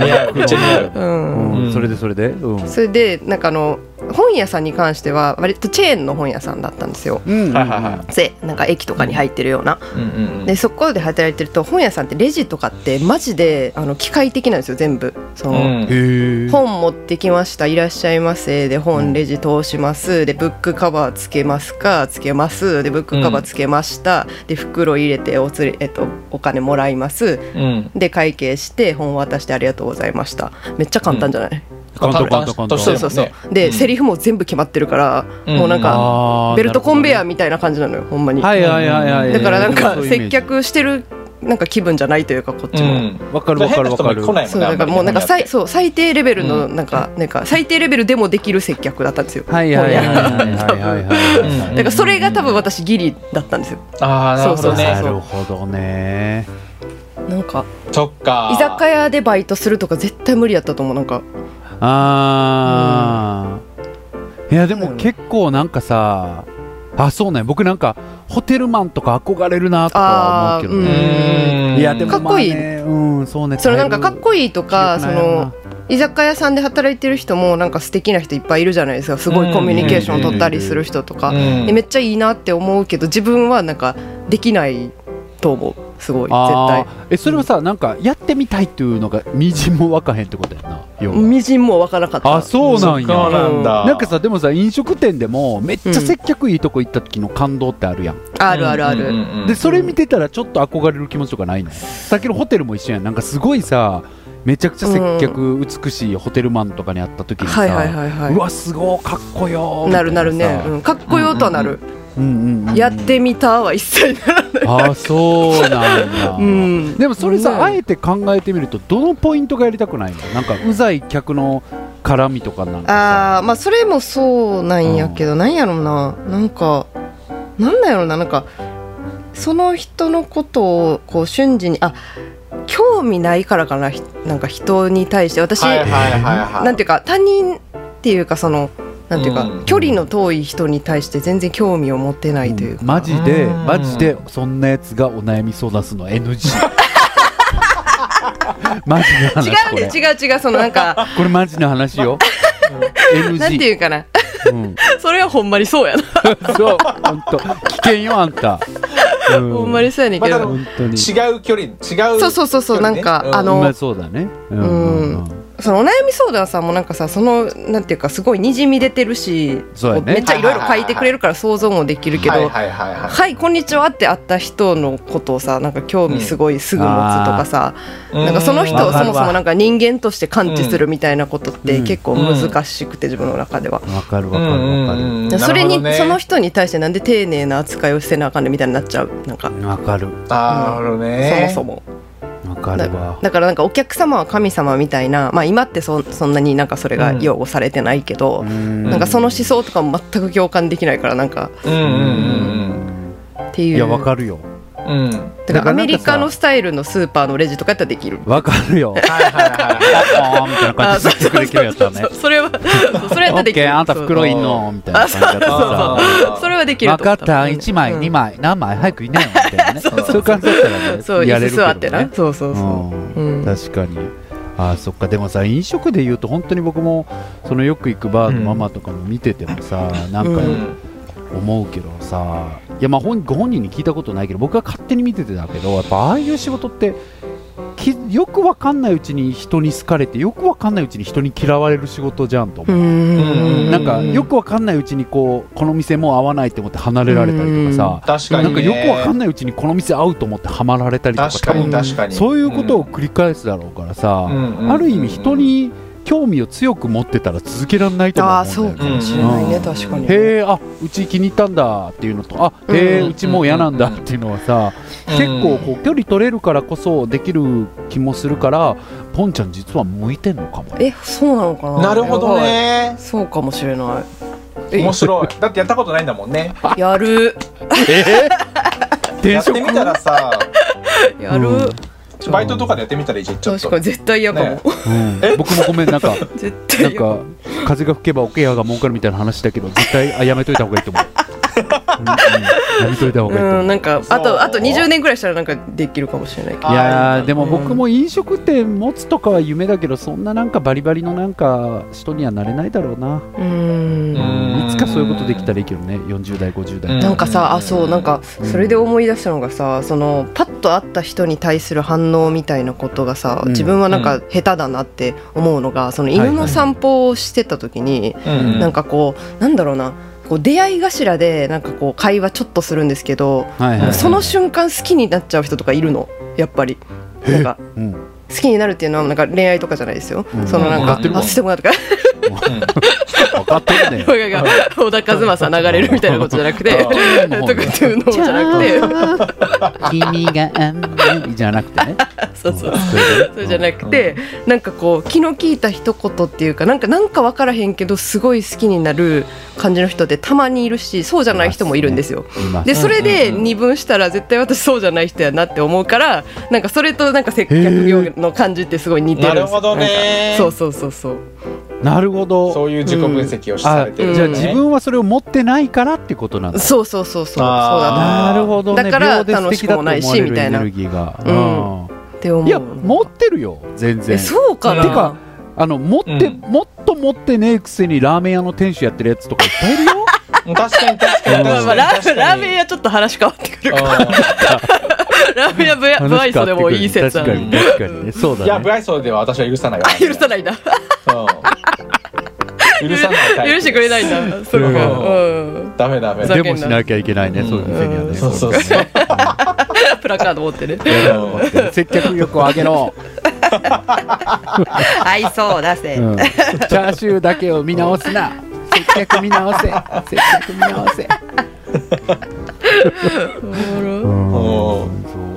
Speaker 1: ん似合うめっちゃ似合う
Speaker 3: うん
Speaker 2: うん
Speaker 1: うん
Speaker 2: それでそれでうん
Speaker 3: それでなんかあの本屋さんに関しては割とチェーンの本屋さんだったんですよ。
Speaker 2: うんうんうん
Speaker 1: はいはいは
Speaker 3: せなんか駅とかに入ってるような、
Speaker 1: うんうんうん
Speaker 3: でそこで働いてると本屋さんってレジとかってマジであの機械的なんですよ全部その、
Speaker 1: うん
Speaker 2: へえ
Speaker 3: 本持ってきましたいらっしゃいませで本レジ通しますでブックカバーつけますかつけますでブックカバーつけました、で袋入れておつれ、えっと、お金もらいます
Speaker 1: うん
Speaker 3: で会計して本渡してありがとうございましためっちゃ簡単じゃない、
Speaker 2: 簡単簡単簡
Speaker 1: そ
Speaker 2: 単
Speaker 3: そうう
Speaker 1: そ
Speaker 3: そうう
Speaker 1: そ
Speaker 3: そうう、
Speaker 1: う
Speaker 3: で
Speaker 1: ん
Speaker 3: セリフも全部決まってるから、
Speaker 1: うん
Speaker 3: もうなんか
Speaker 2: あー
Speaker 3: ベルトコンベヤー
Speaker 2: なる
Speaker 3: みたいな感じなのよほんまに、
Speaker 2: ほどねはいはいはいはい
Speaker 3: だからなんか
Speaker 2: そういうイメー
Speaker 3: 接
Speaker 2: ジ
Speaker 3: 客してるなんか気分じゃないというかこっちも。
Speaker 2: わかるわかるわか
Speaker 1: 変
Speaker 2: る
Speaker 1: な人も来ないもんね
Speaker 3: そうだからもうなんか
Speaker 1: あんまり
Speaker 3: 最そう最低レベルの
Speaker 1: う
Speaker 3: なんか、なんか最低レベルでもできる接客だったんですよ。
Speaker 2: はいはいはいはい
Speaker 3: 本屋
Speaker 2: はいはいはい
Speaker 1: うん
Speaker 3: だからそれが多分私ギリだったんですよ。
Speaker 1: ああなるほど
Speaker 3: そう
Speaker 2: な
Speaker 1: ね
Speaker 3: そう
Speaker 2: るほどね
Speaker 3: なんか
Speaker 1: そっか
Speaker 3: 居酒屋でバイトするとか絶対無理やったと思うなんか。
Speaker 2: あーいやでも結構なんかさあそうね僕なんかホテルマンとか憧れるなとかは思うけど
Speaker 1: う
Speaker 2: ね
Speaker 1: ーん
Speaker 2: いやでもまあね
Speaker 3: かっ
Speaker 2: うんそうね
Speaker 3: そのなんかかっこいいとか
Speaker 2: 記
Speaker 3: そ
Speaker 2: 憶ないな
Speaker 3: の居酒屋さんで働いてる人もなんか素敵な人いっぱいいるじゃないですか。すご
Speaker 1: うん
Speaker 3: いコミュニケーション取ったりする人とか、
Speaker 1: うん
Speaker 3: でめっちゃいいなって思うけど自分はなんかできないと思う。すごい絶
Speaker 2: あ
Speaker 3: 対。
Speaker 2: ーえそれはさなんかやってみたいっていうのがみじんもわかへんってことやな要は
Speaker 3: みじんもわからなかった。
Speaker 2: あそうなん
Speaker 1: そっか
Speaker 2: や
Speaker 1: なんだ
Speaker 2: なんかさでもさ飲食店でもめっちゃ接客いいとこ行った時の感動ってあるやん、
Speaker 3: あるあるあ
Speaker 1: う
Speaker 3: る。
Speaker 1: んうんうんうん
Speaker 2: でそれ見てたらちょっと憧れる気持ちとかないのさっきのホテルも一緒やんなんかすごいさめちゃくちゃ接客美しいホテルマンとかに会った時にさ、
Speaker 3: はいはいはいはいう
Speaker 2: わすごいかっこよー
Speaker 3: なるなる
Speaker 2: みたい
Speaker 3: ね
Speaker 2: さ、
Speaker 3: うん、かっこよとはなる、
Speaker 2: うんうんうんうん
Speaker 3: やってみたは一切ならない
Speaker 2: あーそうなんや、
Speaker 3: うん
Speaker 2: でもそれさ、
Speaker 3: うん
Speaker 2: あえて考えてみるとどのポイントがやりたくないのなんかうざい客の絡みとかなんかさ
Speaker 3: あーまあそれもそうなんやけど、なんやろうななんかなんだろうななんかその人のことをこう瞬時にあ興味ないからかなひなんか人に対して私、
Speaker 1: はいはいはいはい
Speaker 3: なんていうか他人っていうかそのなんていうか、
Speaker 1: うん
Speaker 3: 距離の遠い人に対して全然興味を持てないというか、
Speaker 2: マジで
Speaker 1: うん
Speaker 2: マジでそんなやつがお悩み相談するの NG マジの話
Speaker 3: 違う
Speaker 2: これ
Speaker 3: ね違う違うそのな んか
Speaker 2: これマジの話よ NG
Speaker 3: なんていうかな
Speaker 2: うん
Speaker 3: それはほんまにそうやな、
Speaker 2: そう本当危険よあんた、うん、
Speaker 3: ほんまにそうやねんけ
Speaker 1: まあで
Speaker 3: ど、
Speaker 1: も
Speaker 2: 本当に
Speaker 1: 違う距離違う
Speaker 3: そうそうそうそう
Speaker 1: 距離
Speaker 3: なんか
Speaker 1: ねうん
Speaker 3: あ
Speaker 2: まあ
Speaker 3: の
Speaker 2: そうだねう
Speaker 3: うんそのお悩み相談さんもなんかさそのなんていうかすごいにじみ出てるし、
Speaker 2: そうやね
Speaker 3: こめっちゃいろいろ書いてくれるから想像もできるけど「
Speaker 1: は
Speaker 3: はい
Speaker 1: はい
Speaker 3: い
Speaker 1: はいはい
Speaker 3: こんにちは」って会った人のことをさなんか興味すごいすぐ持つとかさ、
Speaker 1: うん
Speaker 3: なんかその人
Speaker 2: わ
Speaker 3: を
Speaker 2: か
Speaker 3: そ
Speaker 2: るわ
Speaker 3: もそもなんか人間として感知するみたいなことっ
Speaker 2: う
Speaker 3: て
Speaker 2: ん
Speaker 3: 結構難しくて自分の中では。
Speaker 2: わかる
Speaker 1: う
Speaker 2: わ
Speaker 1: ん
Speaker 2: かるわか
Speaker 1: う
Speaker 2: る、
Speaker 1: んうん
Speaker 3: それに、
Speaker 1: なるほ
Speaker 3: そ
Speaker 1: ど
Speaker 3: の
Speaker 1: ね
Speaker 3: 人に対してなんで丁寧な扱いをしてなあかんねんみたいになっちゃうなんか、
Speaker 2: わかる
Speaker 1: なるほどね
Speaker 3: そもそも
Speaker 2: わか
Speaker 3: だ
Speaker 2: るわ
Speaker 3: だからなんかお客様は神様みたいな、まあ、今ってそそんなになんかそれが擁護されてないけど、
Speaker 2: な
Speaker 3: なんかその思想とかも全く共感できないからなんか
Speaker 1: うんうん
Speaker 3: っていう
Speaker 2: い
Speaker 3: い
Speaker 2: やわかるよ
Speaker 1: うんうんうん
Speaker 3: だからアメリカ
Speaker 2: なん
Speaker 3: の
Speaker 2: か
Speaker 3: スタイルのスーパーのレジとかやったらできる
Speaker 2: わかる よ
Speaker 1: はいはいはいはい
Speaker 2: あーみたいな感じで接
Speaker 3: そう
Speaker 2: 客できるやつだね
Speaker 3: そうそうそれはそうそれや
Speaker 2: オ
Speaker 3: ったらで
Speaker 2: ッ
Speaker 3: き
Speaker 2: ケ
Speaker 3: る
Speaker 2: ーあんた袋いんのみたいな感じだった
Speaker 1: あ
Speaker 2: さ
Speaker 1: ー
Speaker 3: そうそれはできる
Speaker 2: 分
Speaker 3: と
Speaker 2: か
Speaker 3: 思う
Speaker 2: った
Speaker 3: うん
Speaker 2: 1枚
Speaker 3: うん
Speaker 2: 2枚何枚早くいねよみたい なねそういう感じだったらね
Speaker 3: そう
Speaker 2: や
Speaker 3: 椅
Speaker 2: れる
Speaker 3: 子座って
Speaker 2: けど
Speaker 3: な
Speaker 2: ね
Speaker 3: そうそうそううん
Speaker 2: ん確かにあーそっかでもさ飲食で言うと本当に僕もそのよく行くバーのママとかも見ててもさなんか
Speaker 1: うん
Speaker 2: 思うけどさいやまあ本ご本人に聞いたことないけど僕は勝手に見ててだけどやっぱああいう仕事ってきよくわかんないうちに人に好かれてよくわかんないうちに人に嫌われる仕事じゃんと思う、
Speaker 1: うん
Speaker 2: なんかよくわかんないうちにこうこの店もう合わないと思って離れられたりとかさ、
Speaker 1: 確か
Speaker 2: なん
Speaker 1: に
Speaker 2: か
Speaker 1: ね
Speaker 2: よくわかんないうちにこの店合うと思ってハマられたりとか
Speaker 1: 確か
Speaker 2: 多
Speaker 1: に
Speaker 2: 分
Speaker 1: 確かに
Speaker 2: そういうことを繰り返すだろうからさ、
Speaker 1: うんうん
Speaker 2: ある意味人に興味を強く持ってたら続けられないと
Speaker 3: あ
Speaker 2: 思う
Speaker 3: あ
Speaker 2: んだ
Speaker 3: そ
Speaker 2: よ
Speaker 3: う
Speaker 2: ね
Speaker 3: かもしれないね確かに
Speaker 2: へえあうち気に入ったんだっていうのとあへえ
Speaker 1: うん
Speaker 2: うちもう嫌なんだっていうのはさ、
Speaker 1: うん
Speaker 2: 結構こう距離取れるからこそできる気もするからポンちゃん実は向いてんのかもね
Speaker 3: えそうなのかな
Speaker 1: なるほど
Speaker 3: やばい
Speaker 1: ね
Speaker 3: そうかもしれなえ
Speaker 1: 面白いだってやったことないんだもんね
Speaker 3: いやる
Speaker 1: や
Speaker 2: え転
Speaker 1: って
Speaker 2: 職
Speaker 1: みたらさ
Speaker 3: やる、
Speaker 2: うん
Speaker 1: バイトとかでやってみたらいいじゃんちょっ
Speaker 3: 確
Speaker 1: と
Speaker 3: かに絶対嫌かも、
Speaker 1: ね
Speaker 2: うん僕もごめんなんか
Speaker 3: 絶
Speaker 2: な
Speaker 3: 対
Speaker 2: ん
Speaker 3: 嫌かも
Speaker 2: か風が吹けば桶屋が儲かるみたいな話だけど絶対あやめといた方がいいと思うやめといた方がいいと思
Speaker 3: う、
Speaker 2: うん
Speaker 3: なんかあ
Speaker 1: そう
Speaker 3: とあと20年ぐらいしたらなんかできるかもしれないけど
Speaker 2: いや
Speaker 1: あー
Speaker 2: ーでも僕も飲食店持つとかは夢だけどそんななんかバリバリのなんか人にはなれないだろうな、
Speaker 3: う
Speaker 1: う
Speaker 3: ーん
Speaker 2: うん
Speaker 1: ん
Speaker 2: いつかそういうことできたらいいけどね40代50代、
Speaker 1: うん
Speaker 3: なんかさあそうなんか
Speaker 2: うん
Speaker 3: それで思い出したのがさそのパッと会った人に対する反応みたいなことがさ
Speaker 2: うん
Speaker 3: 自分はなん
Speaker 1: う
Speaker 3: か下手だなって思うのがその
Speaker 2: はいは
Speaker 3: 犬
Speaker 2: い
Speaker 3: の散歩をしてた時に
Speaker 1: うん
Speaker 3: なんかこうなんだろうなこう出会い頭でなんかこう会話ちょっとするんですけど
Speaker 2: はいはい
Speaker 3: その瞬間好きになっちゃう人とかいるのやっぱり。なんか
Speaker 2: うん
Speaker 3: 好きになるっていうのはなんか恋愛とかじゃないですよ。
Speaker 2: うん
Speaker 3: そのなん
Speaker 1: わかってる
Speaker 3: か
Speaker 1: わ
Speaker 3: あしてもらうとか
Speaker 2: 分かってるね
Speaker 3: 声が小田和正流れるみたいなことじゃなくてとかっていうのじゃなくて。
Speaker 2: 君があんまりじゃなくてね
Speaker 3: そうそうそうじゃなくて、なんかこう気の利いた一言っていうかなんかなんか分からへんけどすごい好きになる感じの人ってたまにいるしそうじゃない人もいるんですよ。
Speaker 2: います
Speaker 3: でそれで
Speaker 1: うんうんうん
Speaker 3: 二分したら絶対私そうじゃない人やなって思うからなんかそれとなんか接客業の感じってすごい似てるんですよ
Speaker 1: なるほどね
Speaker 3: なんかそうそうそうそう
Speaker 2: なるほど
Speaker 1: そういう自己分析をさ
Speaker 2: あ
Speaker 1: れて
Speaker 2: じ
Speaker 1: る、
Speaker 3: ん
Speaker 2: ゃあ自分はそれを持ってないからってことなんだ
Speaker 3: そうそうそうそうそうだ
Speaker 1: あ
Speaker 2: なるほどね
Speaker 3: だから
Speaker 2: 秒で素敵だと思われる
Speaker 3: 楽しくもないしみたいな
Speaker 2: エネルギーが
Speaker 3: うなって思
Speaker 2: う
Speaker 3: うん
Speaker 2: いや持ってるよ全
Speaker 3: え
Speaker 2: 然
Speaker 3: そうかな
Speaker 1: てか
Speaker 2: あの持って、
Speaker 1: うん
Speaker 2: もっと持ってねえくせにラーメン屋の店主やってるやつとかいっぱいいる よ
Speaker 1: 確かに確かに確かに
Speaker 3: まあまあラ
Speaker 1: 確か
Speaker 3: ー
Speaker 1: に
Speaker 3: ラーメン屋ちょっと話変わってくるかラーメン屋ブアブア
Speaker 2: 話
Speaker 3: イソでもいい説あ
Speaker 2: 変わって
Speaker 3: る
Speaker 2: くる確かに確かにねそう
Speaker 1: うんいや
Speaker 2: だ
Speaker 1: ブ
Speaker 2: ね
Speaker 1: ライソーでは私は許さないわ
Speaker 3: あ許さないな
Speaker 1: うん許さないタイプ
Speaker 3: 許してくれないんだそれがうん
Speaker 1: ダメダメ
Speaker 3: ざけん
Speaker 2: で
Speaker 3: な
Speaker 2: もしなきゃいけないね、
Speaker 1: うん
Speaker 2: そういう店にはね、
Speaker 3: うん
Speaker 1: そうそうそう
Speaker 3: プラカード持っ てね
Speaker 1: うん
Speaker 2: 接客力を上げろ、
Speaker 3: 愛想出せ
Speaker 2: うんチャーシューだけを見直すな接客見直せ接客見直せ、
Speaker 1: ん
Speaker 2: そ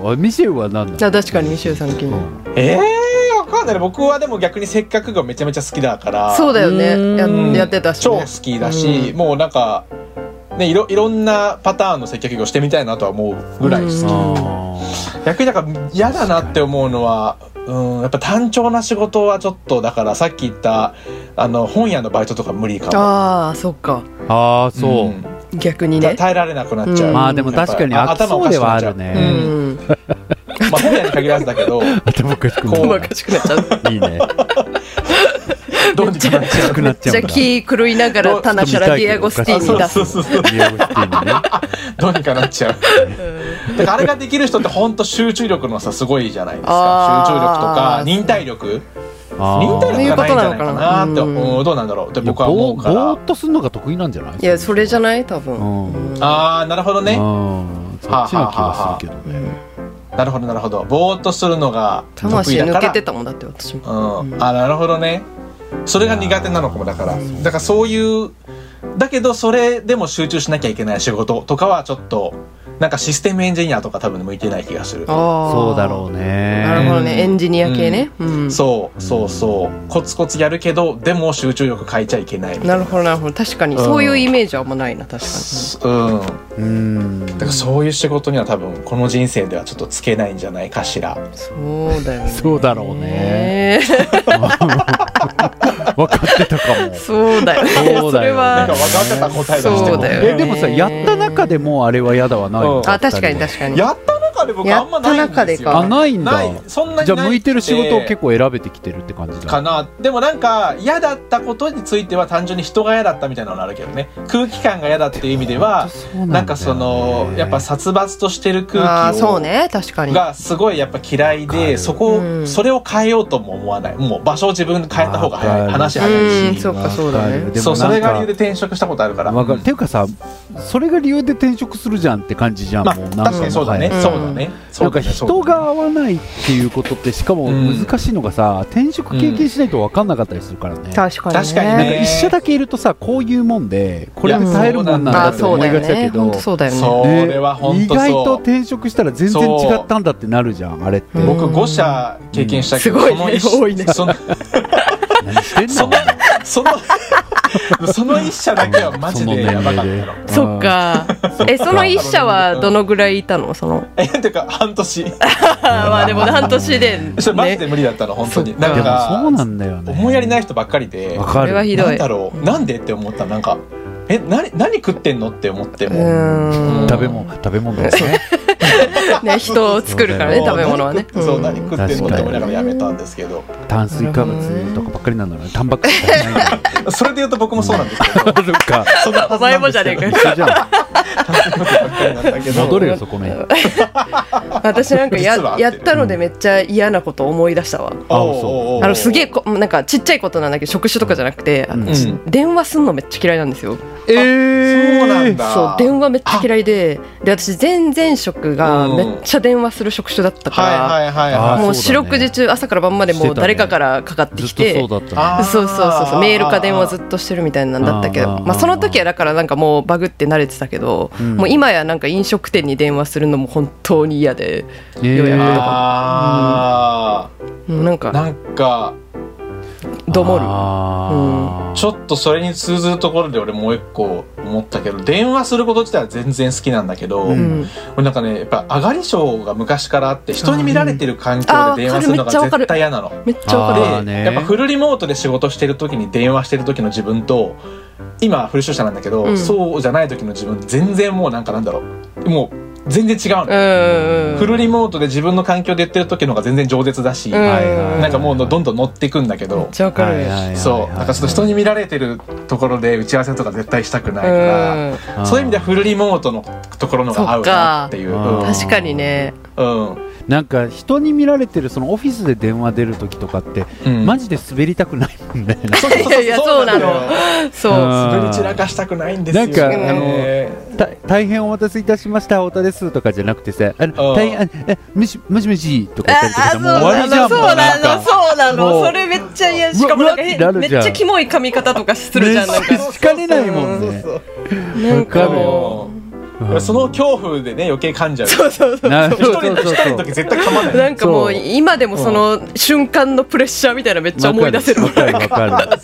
Speaker 2: うあミシェルは何だ
Speaker 3: あ確かにミシューさん気に
Speaker 1: ええー、わかんない僕はでも逆にせっかくがめちゃめちゃ好きだから
Speaker 3: そうだよ
Speaker 2: う
Speaker 3: ね
Speaker 2: ん
Speaker 3: ややってたし
Speaker 1: 超
Speaker 3: ね
Speaker 1: 好きだし、
Speaker 3: う
Speaker 1: もうなんかねいろいろんなパターンの接客業してみたいなとは思うぐらい好き、
Speaker 3: うん
Speaker 2: あ
Speaker 1: 逆にだから嫌だなって思うのはうんやっぱ単調な仕事はちょっとだからさっき言ったあの本屋のバイトとか無理かも
Speaker 3: ああそっか
Speaker 2: ーあーそう、
Speaker 1: ん
Speaker 3: 逆に
Speaker 1: た
Speaker 3: ね
Speaker 1: 耐えられなくなっちゃう、
Speaker 3: うん
Speaker 2: まあでも確かに
Speaker 1: や
Speaker 2: 飽
Speaker 1: っぱ
Speaker 2: きそうではある
Speaker 3: う
Speaker 1: 頭おかしくなっちゃ
Speaker 2: ね、
Speaker 3: ん
Speaker 1: うまあ本屋に限らずだけど
Speaker 2: 頭おかしくな
Speaker 1: こ
Speaker 3: 頭
Speaker 1: う
Speaker 3: おかしくなっちゃう
Speaker 2: いいね
Speaker 1: どうにかなっちゃう
Speaker 2: くなっち
Speaker 3: めっちゃ気狂いながら棚からディアゴスティーニ出す
Speaker 1: そうそうそう
Speaker 2: ディアゴスティーニね
Speaker 1: どうにかなっちゃうだからあれができる人って本当集中力のさすごいじゃないですか
Speaker 3: あー
Speaker 1: 集中力とか忍耐力
Speaker 2: あー
Speaker 1: 忍耐力がないんじゃないかなって
Speaker 3: そういうことなのかな
Speaker 1: うんどうなんだろうって僕は
Speaker 2: ぼ
Speaker 1: 思う
Speaker 2: ー
Speaker 1: か
Speaker 2: ぼ
Speaker 1: ら
Speaker 2: ーっとするのが得意なんじゃない
Speaker 3: いやそれじゃ
Speaker 2: ない
Speaker 3: ない多分
Speaker 2: うん
Speaker 3: うん
Speaker 1: ああなるほどね
Speaker 2: ねそっちの気はするけど
Speaker 3: う
Speaker 2: ね
Speaker 3: ん
Speaker 1: なるほどなるほどぼーっとするのが得意
Speaker 3: 魂
Speaker 1: だか
Speaker 3: 抜
Speaker 1: ら
Speaker 3: けてたもんだって私も
Speaker 1: うん、あなるほどねそれが苦手なのかもだからだからそういうだけどそれでも集中しなきゃいけない仕事とかはちょっとなんかシステムエンジニアとか多分向いてない気がする
Speaker 2: そうだ
Speaker 3: う
Speaker 2: ろう
Speaker 3: なる
Speaker 2: ね
Speaker 3: ほどねエンジニア系ねうん
Speaker 1: そうそうそうコツコツやるけどでも集中力変えちゃいけないみたい
Speaker 3: なるほどなるほど確かに
Speaker 1: うん
Speaker 3: そういうイメージはあんまないな確か
Speaker 1: うんだ
Speaker 2: うん
Speaker 1: からそういう仕事には多分この人生ではちょっとつけないんじゃないかしら
Speaker 3: にそうだよね
Speaker 2: そうだろうね
Speaker 3: ね
Speaker 2: 分かってたかも
Speaker 3: そうだよね
Speaker 2: そうだよね
Speaker 1: な
Speaker 3: れ
Speaker 1: ん
Speaker 3: は
Speaker 1: か分かってた答え出して
Speaker 3: そう
Speaker 1: も
Speaker 3: だよね
Speaker 2: えでもさやった中でもうあれは嫌だはない
Speaker 1: うん
Speaker 2: の
Speaker 3: あ確かに確かに
Speaker 1: やった中で僕あんまないんですよ
Speaker 3: や
Speaker 2: あないんだ
Speaker 1: ないそんなにない
Speaker 2: じゃあ向いてる仕事を結
Speaker 1: 構
Speaker 2: 構選べてきてるって感じ
Speaker 1: か
Speaker 2: だ
Speaker 1: なでもなんか嫌だったことについては単純に人が嫌だったみたいなのあるけどね空気感が嫌だっていう意味では
Speaker 2: そう
Speaker 1: なん
Speaker 2: だよね
Speaker 1: かそのやっぱ殺伐としてる空
Speaker 3: あー
Speaker 1: 気
Speaker 3: そ
Speaker 1: を
Speaker 3: うね確かに
Speaker 1: がすごいやっぱ嫌い
Speaker 2: わか
Speaker 1: で
Speaker 2: る
Speaker 1: そこ
Speaker 3: う
Speaker 1: を
Speaker 3: ん
Speaker 1: それを変えようとも思わないもう場所を自分で変えた方が
Speaker 2: わ
Speaker 1: 早
Speaker 2: か
Speaker 1: い
Speaker 2: る
Speaker 1: 話
Speaker 3: う
Speaker 1: 早い
Speaker 3: ん
Speaker 1: し
Speaker 3: そうかそうだね
Speaker 2: わかるで
Speaker 1: そ
Speaker 2: も
Speaker 1: う
Speaker 2: な
Speaker 1: そ
Speaker 2: んか
Speaker 1: れが理由で転職したことあるから
Speaker 2: わかるていうかさそれが理由で転職するじゃんって感じじゃん、
Speaker 1: まあ
Speaker 2: もう
Speaker 1: 確かにそうだね
Speaker 2: なんか
Speaker 3: ん
Speaker 1: そうだね
Speaker 2: な
Speaker 1: そ
Speaker 2: ん
Speaker 1: う
Speaker 2: か
Speaker 1: だねそう
Speaker 2: 人
Speaker 1: だね
Speaker 2: が合わないっていうことってしかも
Speaker 1: うん
Speaker 2: 難しいのがさ、転職経験しないと分かんなかったりするからね、
Speaker 3: 確かにね
Speaker 1: 確かに
Speaker 2: なん
Speaker 1: ね
Speaker 2: か一社だけいるとさこういうもんでこれで耐えるもんなんだ
Speaker 3: あ
Speaker 2: って
Speaker 3: そう
Speaker 2: 思
Speaker 3: だ
Speaker 2: い
Speaker 3: よ
Speaker 2: がちだ
Speaker 3: ね
Speaker 2: け
Speaker 3: ほん
Speaker 2: ど
Speaker 3: とそうだよね
Speaker 1: そう
Speaker 2: ね
Speaker 1: 俺は本
Speaker 2: 意
Speaker 1: 当そう
Speaker 2: 外と転職したら全然違ったんだってなるじゃんあれって
Speaker 3: うん
Speaker 1: 僕5社経験したけど
Speaker 3: うん
Speaker 1: その一
Speaker 3: すごいね多いね
Speaker 1: その
Speaker 2: 何してんの
Speaker 1: そのその その1社だけはマジでやばかったの。
Speaker 3: そっかえその一社はどのぐらいいたの その
Speaker 1: えてか半年
Speaker 3: あーまあでも半年でね
Speaker 1: それマジで無理だったの本当
Speaker 3: そ
Speaker 1: に
Speaker 3: っか
Speaker 1: なん
Speaker 2: いやでもそうな
Speaker 1: か
Speaker 2: んだよね
Speaker 1: 思いやりない人ばっかりで
Speaker 2: わ
Speaker 3: こ
Speaker 2: か
Speaker 3: れは
Speaker 2: る
Speaker 3: ひど
Speaker 1: ないんだろうなんでって思ったなんかえ何何食ってんのって思って
Speaker 3: う
Speaker 1: も
Speaker 3: ーん
Speaker 2: 食べ物食べ物ですね
Speaker 3: ね人を作るからね
Speaker 2: そう
Speaker 1: もう
Speaker 3: 食べ物はね
Speaker 1: 何食っそう
Speaker 3: うん
Speaker 1: 何食ってんのっ
Speaker 2: 確かに
Speaker 1: て思いながらやめたんですけど
Speaker 2: 炭水化物とかばっかりなんだろうねタンパク質とかないんだろう
Speaker 1: それで言うと僕もそうなんですけど
Speaker 2: そっか
Speaker 1: そんなはずなんですけど
Speaker 3: お前もじゃね
Speaker 2: 一緒じゃ
Speaker 1: ばっかりなんだけ
Speaker 2: ん
Speaker 1: ど
Speaker 2: 戻れよそこね
Speaker 3: 私なんか
Speaker 1: 実は合
Speaker 3: や
Speaker 1: って
Speaker 3: や
Speaker 1: る
Speaker 3: ったのでめっちゃ嫌なこと思い出したわ
Speaker 1: おう
Speaker 2: あそう
Speaker 1: おうおう
Speaker 3: あのすげえこなんかちっちゃいことなんだけど職種とかじゃなくて、あの
Speaker 2: うん
Speaker 3: ち電話すんのめっちゃ嫌いなんですよ
Speaker 2: え
Speaker 1: そうなんだ
Speaker 3: そう電話めっちゃ嫌いでで私前々職が
Speaker 1: うん
Speaker 3: めっちゃ電話する職種だったから、
Speaker 1: はいはいはい
Speaker 2: あ
Speaker 1: はい
Speaker 2: ー
Speaker 3: もう
Speaker 2: そ
Speaker 3: 四
Speaker 2: うだね
Speaker 3: 六時中朝から晩まで
Speaker 2: して
Speaker 3: も
Speaker 2: た
Speaker 3: う
Speaker 2: ね
Speaker 3: 誰かからかかって
Speaker 2: ず
Speaker 3: き
Speaker 2: っと
Speaker 3: て
Speaker 2: そうだった
Speaker 1: あー
Speaker 3: そうそうそうそうメールか電話ず
Speaker 1: と
Speaker 3: っとしてるみたいなんだったけ
Speaker 2: あー
Speaker 3: ど
Speaker 2: あー
Speaker 3: まあ、その時はだからなんかもうバグって慣れてたけど、
Speaker 2: うん
Speaker 3: もう今やなんか飲食店に電話するのも本当に嫌で
Speaker 2: ねえ
Speaker 3: ようやくとか
Speaker 1: あ
Speaker 3: もうなん
Speaker 1: ー
Speaker 3: か
Speaker 1: なんか
Speaker 3: どもる
Speaker 2: あー
Speaker 1: ちょっとそれに通ずるところで俺もう一個思ったけど電話すること自体は全然好きなんだけど、
Speaker 2: う
Speaker 3: うん
Speaker 1: 俺なんかねやっぱ上がり症が昔からあって人に見られてる環境で電話するのが
Speaker 3: あーわかる
Speaker 1: 絶対嫌なの。
Speaker 3: めっちゃわか
Speaker 2: あ
Speaker 3: る
Speaker 2: ー
Speaker 1: で、
Speaker 2: ね
Speaker 1: やっぱフルリモートで仕事してる時に電話してる時の自分と今フル出社なんだけど、
Speaker 3: うん
Speaker 1: そうじゃない時の自分全然もうなんかなんだろうもう全然違うの、
Speaker 3: うんうん
Speaker 1: フルリモートで自分の環境で言ってる時の方が全然饒舌だし、
Speaker 3: うん
Speaker 2: はいはい
Speaker 1: なんかもうどんどん乗っていくんだけ
Speaker 3: めっ
Speaker 1: ど、
Speaker 3: ちゃわかる、
Speaker 2: はいはいはい
Speaker 1: そうなんかちょっと人に見られてるところで打ち合わせとか絶対したくないから、
Speaker 3: うん
Speaker 1: そういう意味ではフルリモートのところの方が合うなっていう。
Speaker 2: そっ
Speaker 1: うん
Speaker 2: か
Speaker 3: 確かにね
Speaker 1: うん
Speaker 2: なんか人に見られてるそのオフィスで電話出る時とかって、
Speaker 1: うん
Speaker 2: マジで滑りたくないもんね
Speaker 1: そうそう
Speaker 3: いや
Speaker 1: そうそ
Speaker 3: いや
Speaker 1: うなの
Speaker 3: そうな
Speaker 1: よ
Speaker 3: そう
Speaker 2: あー
Speaker 1: 滑り散らかしたくないんですよ
Speaker 2: なんか
Speaker 1: ね
Speaker 3: あ
Speaker 2: た大変お待たせいたしました太田ですとかじゃなくてさあの
Speaker 1: うん
Speaker 2: 大変あえもしもしもしとか言ったりとか
Speaker 3: あ
Speaker 2: さ
Speaker 3: あ
Speaker 2: もう終わりじゃんもう
Speaker 3: そうな
Speaker 2: なん
Speaker 3: の
Speaker 2: か
Speaker 3: そうなの
Speaker 2: もう
Speaker 3: それめっちゃ
Speaker 2: う
Speaker 3: 嫌
Speaker 2: わ
Speaker 3: しかもなんか
Speaker 2: うわっ
Speaker 3: へ
Speaker 2: てなる
Speaker 3: めっ
Speaker 2: じゃん
Speaker 3: ちゃキモい髪型とかするじゃんなんか
Speaker 2: ねしかねないもんね
Speaker 1: そうそう
Speaker 3: なん
Speaker 2: わ
Speaker 3: か
Speaker 2: かる
Speaker 3: も
Speaker 2: よ
Speaker 1: そうその恐怖でね余計噛んじゃう
Speaker 3: うそうそうそう
Speaker 2: なそう
Speaker 1: 一
Speaker 2: そう
Speaker 1: 人で
Speaker 2: そう
Speaker 1: 一人の時絶対噛まない
Speaker 3: なんかも
Speaker 2: そ
Speaker 3: う
Speaker 2: う
Speaker 3: 今でもその瞬間のプレッシャーみたいなのめっちゃ思い出せる
Speaker 2: わかるわかるわか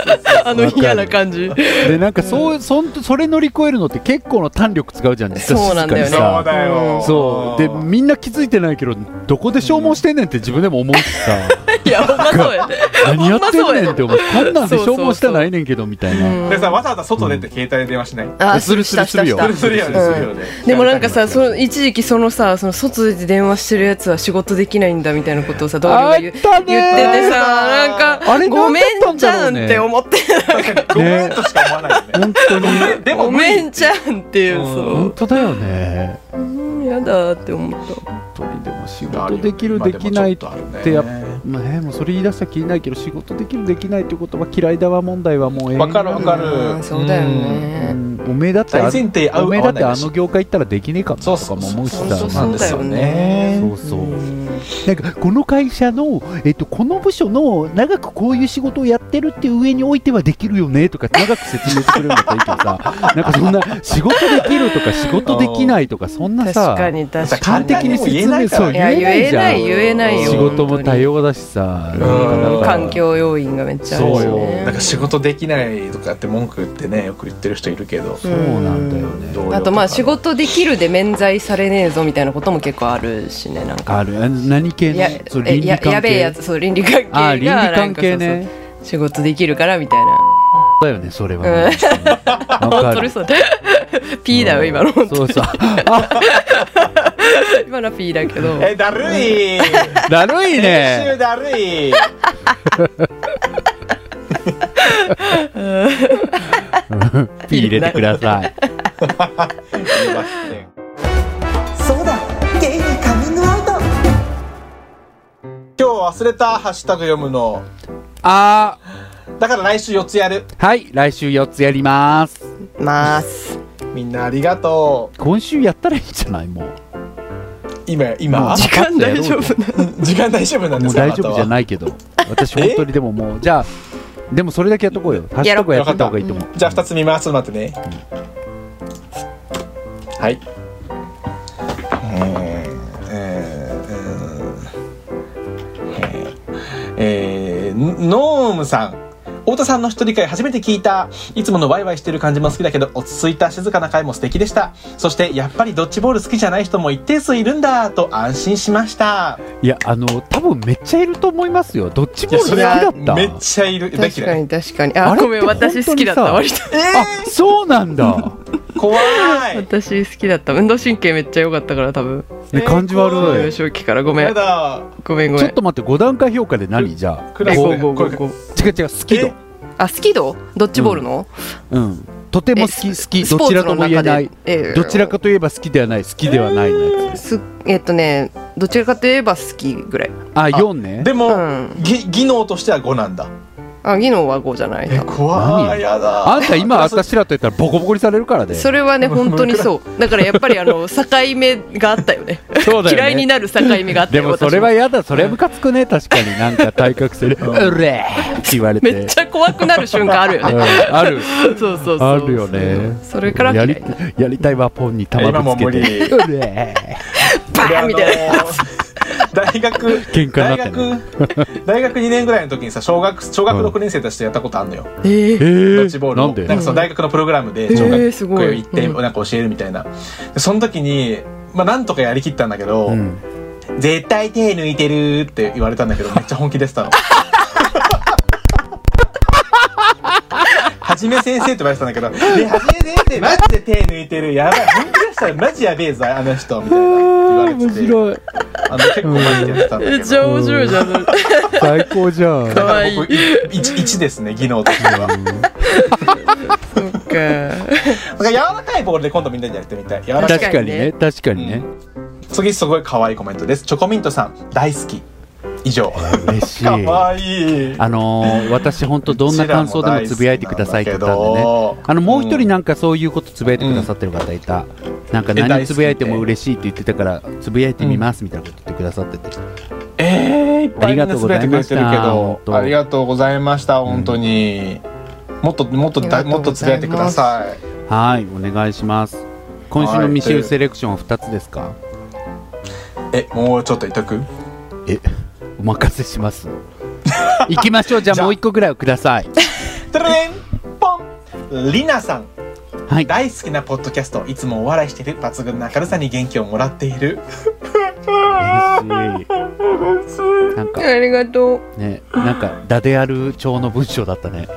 Speaker 3: あの嫌な感じ
Speaker 2: るでなんかそうそんそれ乗り越えるのって結構の胆力使うじゃん実は
Speaker 3: そうなんだよね
Speaker 2: 静かにさ
Speaker 1: だよ
Speaker 2: そうでみんな気づいてないけどどこで消耗してんねんって自分でも思うし さ
Speaker 3: いやほんまそうやね
Speaker 2: 何やってんねんって思うこんなんで
Speaker 3: そうそ
Speaker 2: 消
Speaker 3: うそう
Speaker 2: 耗したないねんけどみたいな
Speaker 1: でさわざわざ外出て携帯で電話しない
Speaker 3: あ
Speaker 2: するするするよ
Speaker 3: した
Speaker 1: そ
Speaker 3: し
Speaker 1: れ
Speaker 3: たし
Speaker 1: するよね
Speaker 3: うん
Speaker 1: するよね
Speaker 3: たでもなんかさその一時期そのさその外で電話してるやつは仕事できないんだみたいなことをさ同僚が言う
Speaker 2: あったねー
Speaker 3: 言っててさなんか
Speaker 2: あれ
Speaker 3: ごめ
Speaker 2: なんだったん
Speaker 3: んじ
Speaker 2: だろ
Speaker 3: ゃ
Speaker 2: うんね
Speaker 3: って思って
Speaker 1: 確かにごめんとしか思わないよね
Speaker 2: 本当に
Speaker 1: でも
Speaker 3: ごめんじゃんっていう
Speaker 1: うん
Speaker 3: そ
Speaker 2: 本当だよね
Speaker 3: ううんやだーって思った
Speaker 2: 本当にでも仕事できるできないってやっぱまあね、もうそれ言い出したら気にないけど仕事できるできないって言葉嫌いだわ問題はもう永遠
Speaker 1: わかるわか
Speaker 3: う
Speaker 1: る
Speaker 3: んそうだよね
Speaker 2: うんおめえだってあ
Speaker 1: 大前提合う
Speaker 2: おめえだって
Speaker 1: 合わ
Speaker 2: あ
Speaker 1: ないだし
Speaker 2: の業界行ったらできねえかも
Speaker 1: そう
Speaker 2: と
Speaker 1: そ
Speaker 2: か
Speaker 1: う
Speaker 2: も思うしさ
Speaker 3: そうそ
Speaker 1: な
Speaker 3: うそ
Speaker 1: ん
Speaker 3: う
Speaker 1: ですよね
Speaker 2: そうそう
Speaker 3: うん
Speaker 2: なんかこの会社の、えっと、この部署の長くこういう仕事をやってるっていう上においてはできるよねとか長く説明してくれるんだったらいいけどさ なんかそんな仕事できるとか仕事できないとかそんな
Speaker 3: 確
Speaker 2: さ
Speaker 3: かに確
Speaker 1: さ
Speaker 3: か
Speaker 2: 完
Speaker 3: に
Speaker 2: 璧に
Speaker 1: 言え
Speaker 2: 説
Speaker 1: な
Speaker 2: 明
Speaker 1: いから
Speaker 2: そう
Speaker 3: いや
Speaker 2: 言え
Speaker 3: 言
Speaker 2: ない
Speaker 3: え
Speaker 2: じゃ
Speaker 3: なんい言えないよ
Speaker 2: 仕事も多様だしさ
Speaker 1: うん
Speaker 2: なんか
Speaker 3: 環境要因がめっちゃあるし
Speaker 2: そう
Speaker 3: ね
Speaker 2: よ
Speaker 1: なんか仕事できないとかって文句言ってねよく言ってる人いるけど
Speaker 2: そうなんだよね
Speaker 1: 同僚
Speaker 3: あとまあ
Speaker 1: か
Speaker 3: 仕事できるで免罪されねえぞみたいなことも結構あるしねなんか
Speaker 2: あるあの何系の
Speaker 3: や
Speaker 2: そう
Speaker 3: え
Speaker 2: 倫理
Speaker 3: や
Speaker 2: 関係
Speaker 3: やべえやつそう倫理関係
Speaker 2: あー
Speaker 3: が
Speaker 2: 倫理関係
Speaker 3: なんか
Speaker 2: ね
Speaker 3: そうそう仕事できるからみたいな
Speaker 2: だよねそれはねわ
Speaker 3: 本
Speaker 2: か
Speaker 3: 当に
Speaker 2: る
Speaker 3: そう P だよ今の 本当
Speaker 2: そうそう
Speaker 3: 今の P だけど
Speaker 1: えだるい
Speaker 2: だるい
Speaker 1: 練習
Speaker 2: ね
Speaker 1: だるい
Speaker 2: ピー入れてください
Speaker 1: 言いますね
Speaker 4: そうだゲイにカミングアウト
Speaker 1: 今日忘れたハッシュタグ読むの
Speaker 2: あ
Speaker 1: だから来週4つやる
Speaker 2: ーはい来週4つやります
Speaker 3: まーす
Speaker 1: みんなありがとう
Speaker 2: 今週やったらいいんじゃないもう
Speaker 1: 今今
Speaker 2: 時間大丈夫
Speaker 1: 時間大丈夫なんで
Speaker 2: もう
Speaker 1: すか
Speaker 2: 大丈夫じゃ
Speaker 1: い
Speaker 2: ないけど私本当にでももうじゃあでもそれだけやっとこうよハッシュタグやってた方がいいと思う
Speaker 1: じゃあ2つ見ますちょっと待ってねはいえーえーえーえーえーノームさん太田さんの一人会初めて聞いたいつものワイワイしてる感じも好きだけど落ち着いた静かな会も素敵でしたそしてやっぱりドッジボール好きじゃない人も一定数いるんだと安心しました
Speaker 2: いやあの多分めっちゃいると思いますよどっち
Speaker 1: い
Speaker 2: も
Speaker 1: や
Speaker 2: 好き
Speaker 1: それ
Speaker 2: だ
Speaker 1: は
Speaker 2: った
Speaker 1: めっちゃいる大
Speaker 3: 確か
Speaker 1: 嫌い
Speaker 3: に確かに
Speaker 2: あ
Speaker 3: あ
Speaker 2: れ
Speaker 3: ごめん
Speaker 2: って本当に
Speaker 3: 私好きだった
Speaker 2: さ
Speaker 3: 割と
Speaker 2: あそうなんだ、
Speaker 1: 怖い
Speaker 3: 私好きだった運動神経めっちゃ良かったから多分
Speaker 2: ね、感じ悪
Speaker 3: 幼
Speaker 2: い
Speaker 3: 少期からごめ
Speaker 1: や
Speaker 3: ん
Speaker 1: だ
Speaker 3: ごめんご
Speaker 2: ちょ
Speaker 3: め
Speaker 2: っ
Speaker 3: ん
Speaker 2: と待って5段階評価で何じゃあ
Speaker 1: クラス
Speaker 2: こう
Speaker 1: で
Speaker 3: ごご
Speaker 1: こ
Speaker 3: ご
Speaker 1: れ
Speaker 3: ご
Speaker 2: 違う違う好き度
Speaker 1: え
Speaker 3: あ好きどドッジボールの、
Speaker 2: うんとても好
Speaker 3: え
Speaker 2: き好き
Speaker 3: スポ
Speaker 2: ど
Speaker 3: ー
Speaker 2: ち
Speaker 3: ツ
Speaker 2: らと
Speaker 3: の
Speaker 2: も言え
Speaker 3: 中で
Speaker 2: ない
Speaker 3: ええ
Speaker 2: どちらかといえば好きではない好きではないのやつ
Speaker 3: すえっとねどちらかといえば好きぐらい
Speaker 2: あ4ね
Speaker 1: でも、
Speaker 3: うん
Speaker 1: ぎ技能としては5なんだ
Speaker 3: あ技能は5じゃない
Speaker 1: え
Speaker 3: 多分
Speaker 1: 怖い
Speaker 2: 何
Speaker 1: やだ
Speaker 2: あんた今私らと言ったらボコボコにされるからで
Speaker 3: それはね本当にそうだからやっぱりあ の境目があったよね
Speaker 2: そうだよね
Speaker 3: 嫌いになる境目があった
Speaker 2: で
Speaker 3: よ
Speaker 2: もそれは嫌だそれはムカつくね確かになんか対角線で「うれ!」って言われ
Speaker 3: 私もめってちゃ怖くなる瞬間あるよ
Speaker 2: うん
Speaker 3: ね
Speaker 2: あ る
Speaker 3: そうそうそう
Speaker 2: あるよね
Speaker 3: それから
Speaker 2: や
Speaker 3: 嫌い
Speaker 2: り
Speaker 3: な
Speaker 2: やりたいはポンに玉ぶつけて
Speaker 1: 今
Speaker 2: うれ
Speaker 3: バーンみたいな
Speaker 1: な大学
Speaker 2: 喧嘩になってね
Speaker 1: 大学大学2年ぐらいの時にさ小学小学6年生としてやったことあるのよ、
Speaker 3: え
Speaker 2: え
Speaker 3: ー
Speaker 1: ドッ
Speaker 2: ー
Speaker 1: ジボール
Speaker 2: な
Speaker 1: を
Speaker 2: んで
Speaker 1: んかその大学のプログラムで
Speaker 3: ん
Speaker 1: 小学
Speaker 3: えーすごい
Speaker 1: 行って、
Speaker 3: うん
Speaker 1: なんか教えるみたいなでその時にまあなんとかやりきったんだけど、
Speaker 2: うん
Speaker 1: 絶対手抜いてるって言われたんだけどめっちゃ本気でしたのはじめ先生って言われてたんだけど「ねはじめ先生マジで手抜いてるやばい本気出したらマジやべえぞあの人」みたいなって言わ
Speaker 2: 面
Speaker 1: れてて
Speaker 2: 白い
Speaker 1: あの結構マジでやってたんだ
Speaker 3: め
Speaker 1: け
Speaker 3: っ
Speaker 1: ど
Speaker 3: ちゃ面白いじゃんそれ
Speaker 2: 最高じゃん
Speaker 1: だから
Speaker 3: 可愛
Speaker 1: 僕1ですね技能としてはだ
Speaker 3: そっか
Speaker 1: から柔らかいボールで今度みんなでやってみたい柔らかい
Speaker 2: 確かにね確かにね
Speaker 1: 次すごい可愛いコメントですチョコミントさん大好き以上
Speaker 2: 嬉しい
Speaker 1: 可愛い
Speaker 2: あのー私本当どんな感想でもつぶやいてくださいって言ったんでねあのもう一人なんかそういうことつぶやいてくださってる方いた、なんか
Speaker 1: え大好き
Speaker 2: 何つぶやいても嬉しいって言ってたからつぶやいてみますみたいなこと言ってくださってて、
Speaker 1: えー、いっぱいみんな滑ってくれてるけ
Speaker 2: 本
Speaker 1: ど
Speaker 2: 当
Speaker 1: ありがとうございました本当に、もっともっと
Speaker 3: あ
Speaker 1: だ
Speaker 3: りがと
Speaker 1: も
Speaker 3: う
Speaker 1: っと
Speaker 3: ござ
Speaker 1: 滑っ
Speaker 3: います
Speaker 1: てください
Speaker 2: はいお願いします今週のミシューセレクションは2つですか、
Speaker 1: えもうちょっといたく
Speaker 2: えお任せします行きましょう じゃ
Speaker 1: じゃ
Speaker 2: あ
Speaker 1: あ
Speaker 2: もう1個ぐらいをください
Speaker 1: トゥルルンポンりなさん
Speaker 2: はい
Speaker 1: 大好きなポッドキャストいつもお笑いしてる抜群な明るさに元気をもらっている
Speaker 2: 嬉しいなんか
Speaker 3: ありがとう
Speaker 2: ねなんかダデアル調の文章だったね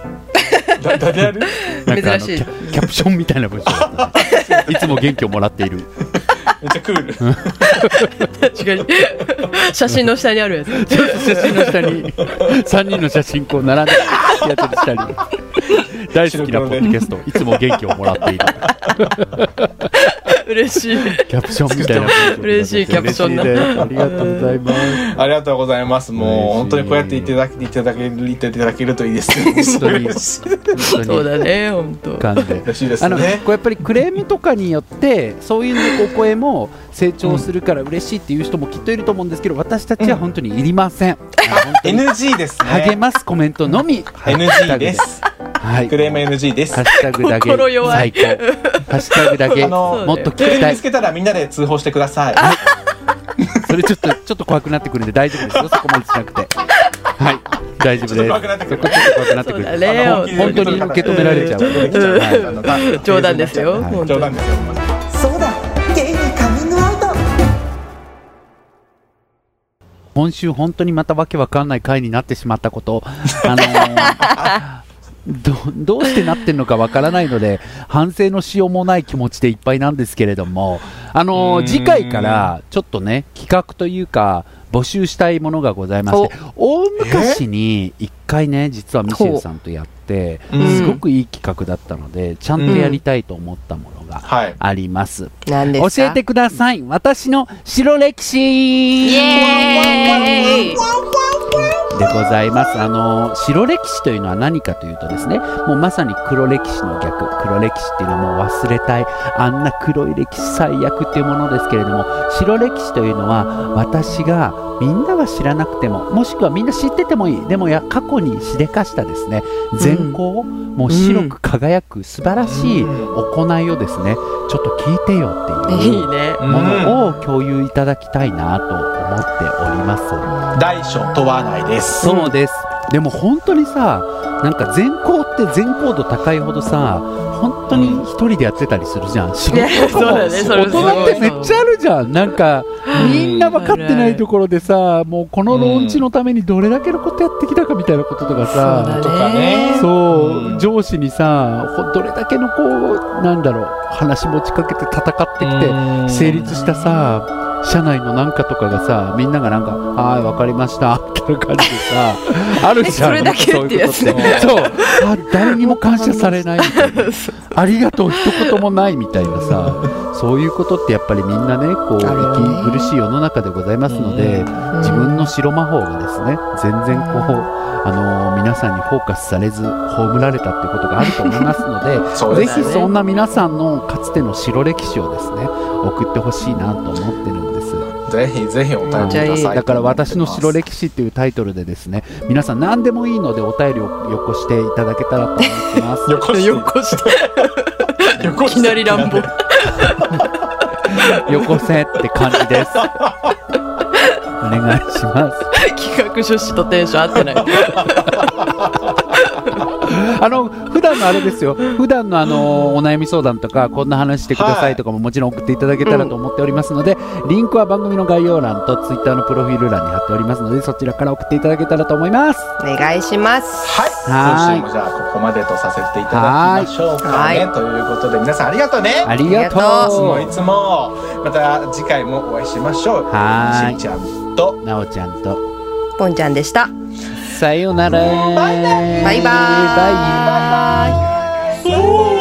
Speaker 1: だ誰 やる
Speaker 2: なんかあの
Speaker 3: 珍し
Speaker 2: キ
Speaker 3: い
Speaker 2: ャキャプションみたいな文章だ った、ね、いつも元気をもらっている
Speaker 1: めっちゃクール
Speaker 3: 確かに 写真の下にあるやつ
Speaker 2: ちょっと写真の下に3人の写真こう並んでやってる下に大好きなポッドキャストいつも元気をもらっている
Speaker 3: 嬉しい
Speaker 2: キャプションみたいな
Speaker 3: 嬉しいキャプションだ
Speaker 2: 嬉しいですありがとうございます
Speaker 1: ありがとうございます。
Speaker 2: 嬉し
Speaker 1: も
Speaker 2: いう
Speaker 1: 本当にこうやっていただけいただけるいただけるといいですね。
Speaker 2: 本当に
Speaker 1: 嬉しい
Speaker 2: 本
Speaker 3: そう
Speaker 2: 当に
Speaker 3: だね本当
Speaker 2: 感で
Speaker 1: 嬉しいで
Speaker 2: あ
Speaker 1: す
Speaker 2: のこ
Speaker 1: ね。
Speaker 2: うやっぱりクレームとかによってそういうお声も成長するから嬉しいっていう人もきっといると思うんですけど私たちは本当にいりません、本当に
Speaker 1: NG です
Speaker 2: 励
Speaker 1: ね。
Speaker 2: ますコメントのみ
Speaker 1: NG です。
Speaker 2: はい
Speaker 1: クレーム NG です
Speaker 2: ハッ。シュタグだけ
Speaker 3: 心弱い
Speaker 2: 最高ハッシュタグだけ
Speaker 1: あの
Speaker 2: もっと聞き
Speaker 1: クレーム
Speaker 2: た
Speaker 1: 見
Speaker 2: い
Speaker 1: つけたらみんなで通報してください。
Speaker 2: それちょっとちょっと怖くなってくるんで大丈夫ですよそこまでしなくてはい大丈夫です
Speaker 1: ちょっと怖くなってくる
Speaker 2: そこちょっと怖くなってく
Speaker 3: そうだ
Speaker 2: る
Speaker 1: あ
Speaker 3: ね
Speaker 1: の
Speaker 2: 本当に受け止められちゃう
Speaker 1: 本気で受け止められちゃうあの
Speaker 3: 冗談ですよ
Speaker 1: はい
Speaker 3: 本当
Speaker 1: 冗
Speaker 3: に
Speaker 1: 談ですよ。
Speaker 4: そうだゲイにカミングアウト
Speaker 2: 今週本当にまたわけわかんない回になってしまっ たことあのーどどうしてなってんのかわからないので反省のしようもない気持ちでいっぱいなんですけれども、あの
Speaker 1: う
Speaker 2: ー
Speaker 1: ーん
Speaker 2: 次回からちょっとね企画というか募集したいものがございまして大昔に1回ね実はミシェルさんとやって
Speaker 1: うん
Speaker 2: すごくいい企画だったのでちゃんとやりたいと思ったものが
Speaker 1: はい。
Speaker 2: あります。
Speaker 3: 何です
Speaker 2: 教
Speaker 3: か
Speaker 2: えてください私の白歴史
Speaker 3: イエーイ
Speaker 2: でございます。あの白歴史というのは何かというとですね、もうまさに黒歴史の逆、黒歴史っていうのはもう忘れたい、あんな黒い歴史最悪っていうものですけれども、白歴史というのは私がみんなが知らなくても、もしくはみんな知っててもいい、でもや過去にしでかしたですね、善行、もう白く輝く素晴らしい行いをですね、ちょっと聞いてよって
Speaker 3: い
Speaker 2: いう
Speaker 3: いね
Speaker 2: もの
Speaker 1: を
Speaker 2: を共有いただきたいなと思っております。
Speaker 1: 大小問わないです。
Speaker 2: そうです。でも本当にさなんか全校って全高度高いほどさ本当に一人でやってたりするじゃん仕事
Speaker 3: ねそうだねそれ
Speaker 2: 大人ってめっちゃあるじゃんなんかみんな分かってないところでさもうこのローンチのためにどれだけのことやってきたかみたいなこととかさ、
Speaker 1: とかね
Speaker 2: そう、
Speaker 1: うん
Speaker 2: 上司にさほどれだけのこうなんだろう話持ちかけて戦ってきて成立したさ社内のなんかとかがさみんながなんか「はいわかりました」みたいな感じでさ あるじゃん
Speaker 3: それだけってやつ
Speaker 2: そういうことってそうあ誰にも感謝されないみたい なありがとう一言もないみたいなさそういうことってやっぱりみんなねこう
Speaker 3: あるよね
Speaker 2: 息苦しい世の中でございますので、自分 の白魔法がですね全然こう、あのー皆さんにフォーカスされず葬られたってことがあると思いますので
Speaker 1: そうです
Speaker 2: ぜひそんな皆さんのかつての白歴史をですね送ってほしいなと思ってるんです。
Speaker 1: ぜひぜひお便りください
Speaker 2: だから私の白歴史っていうタイトルでですね皆さん何でもいいのでお便りをよこしていただけたらと思ってま す
Speaker 1: よこしてよこ してよこ
Speaker 3: いきなり乱暴
Speaker 2: よこせって感じですお願いします
Speaker 3: 企画書士とテンション合ってない
Speaker 2: あの普段のあれですよ、普段のあのお悩み相談とか、こんな話してくださいとかももちろん送っていただけたらと思っておりますので、リンクは番組の概要欄とツイッターのプロフィール欄に貼っておりますので、そちらから送っていただけたらと思います。
Speaker 3: お願いします
Speaker 1: はい
Speaker 2: はい
Speaker 1: 今週もじゃあここまでとさせていただきましょうか
Speaker 3: は
Speaker 1: ね
Speaker 3: い
Speaker 1: ということで皆さんありがとうね
Speaker 2: ありがとう。
Speaker 3: あ
Speaker 1: い
Speaker 3: りが
Speaker 1: つもいつもまた次回もお会いしましょう
Speaker 2: はーい
Speaker 1: しんちゃんと
Speaker 2: なおちゃんと
Speaker 3: ぽんちゃんでした
Speaker 2: さようなら。バイバイ。
Speaker 3: バイバーイ
Speaker 1: バイバイ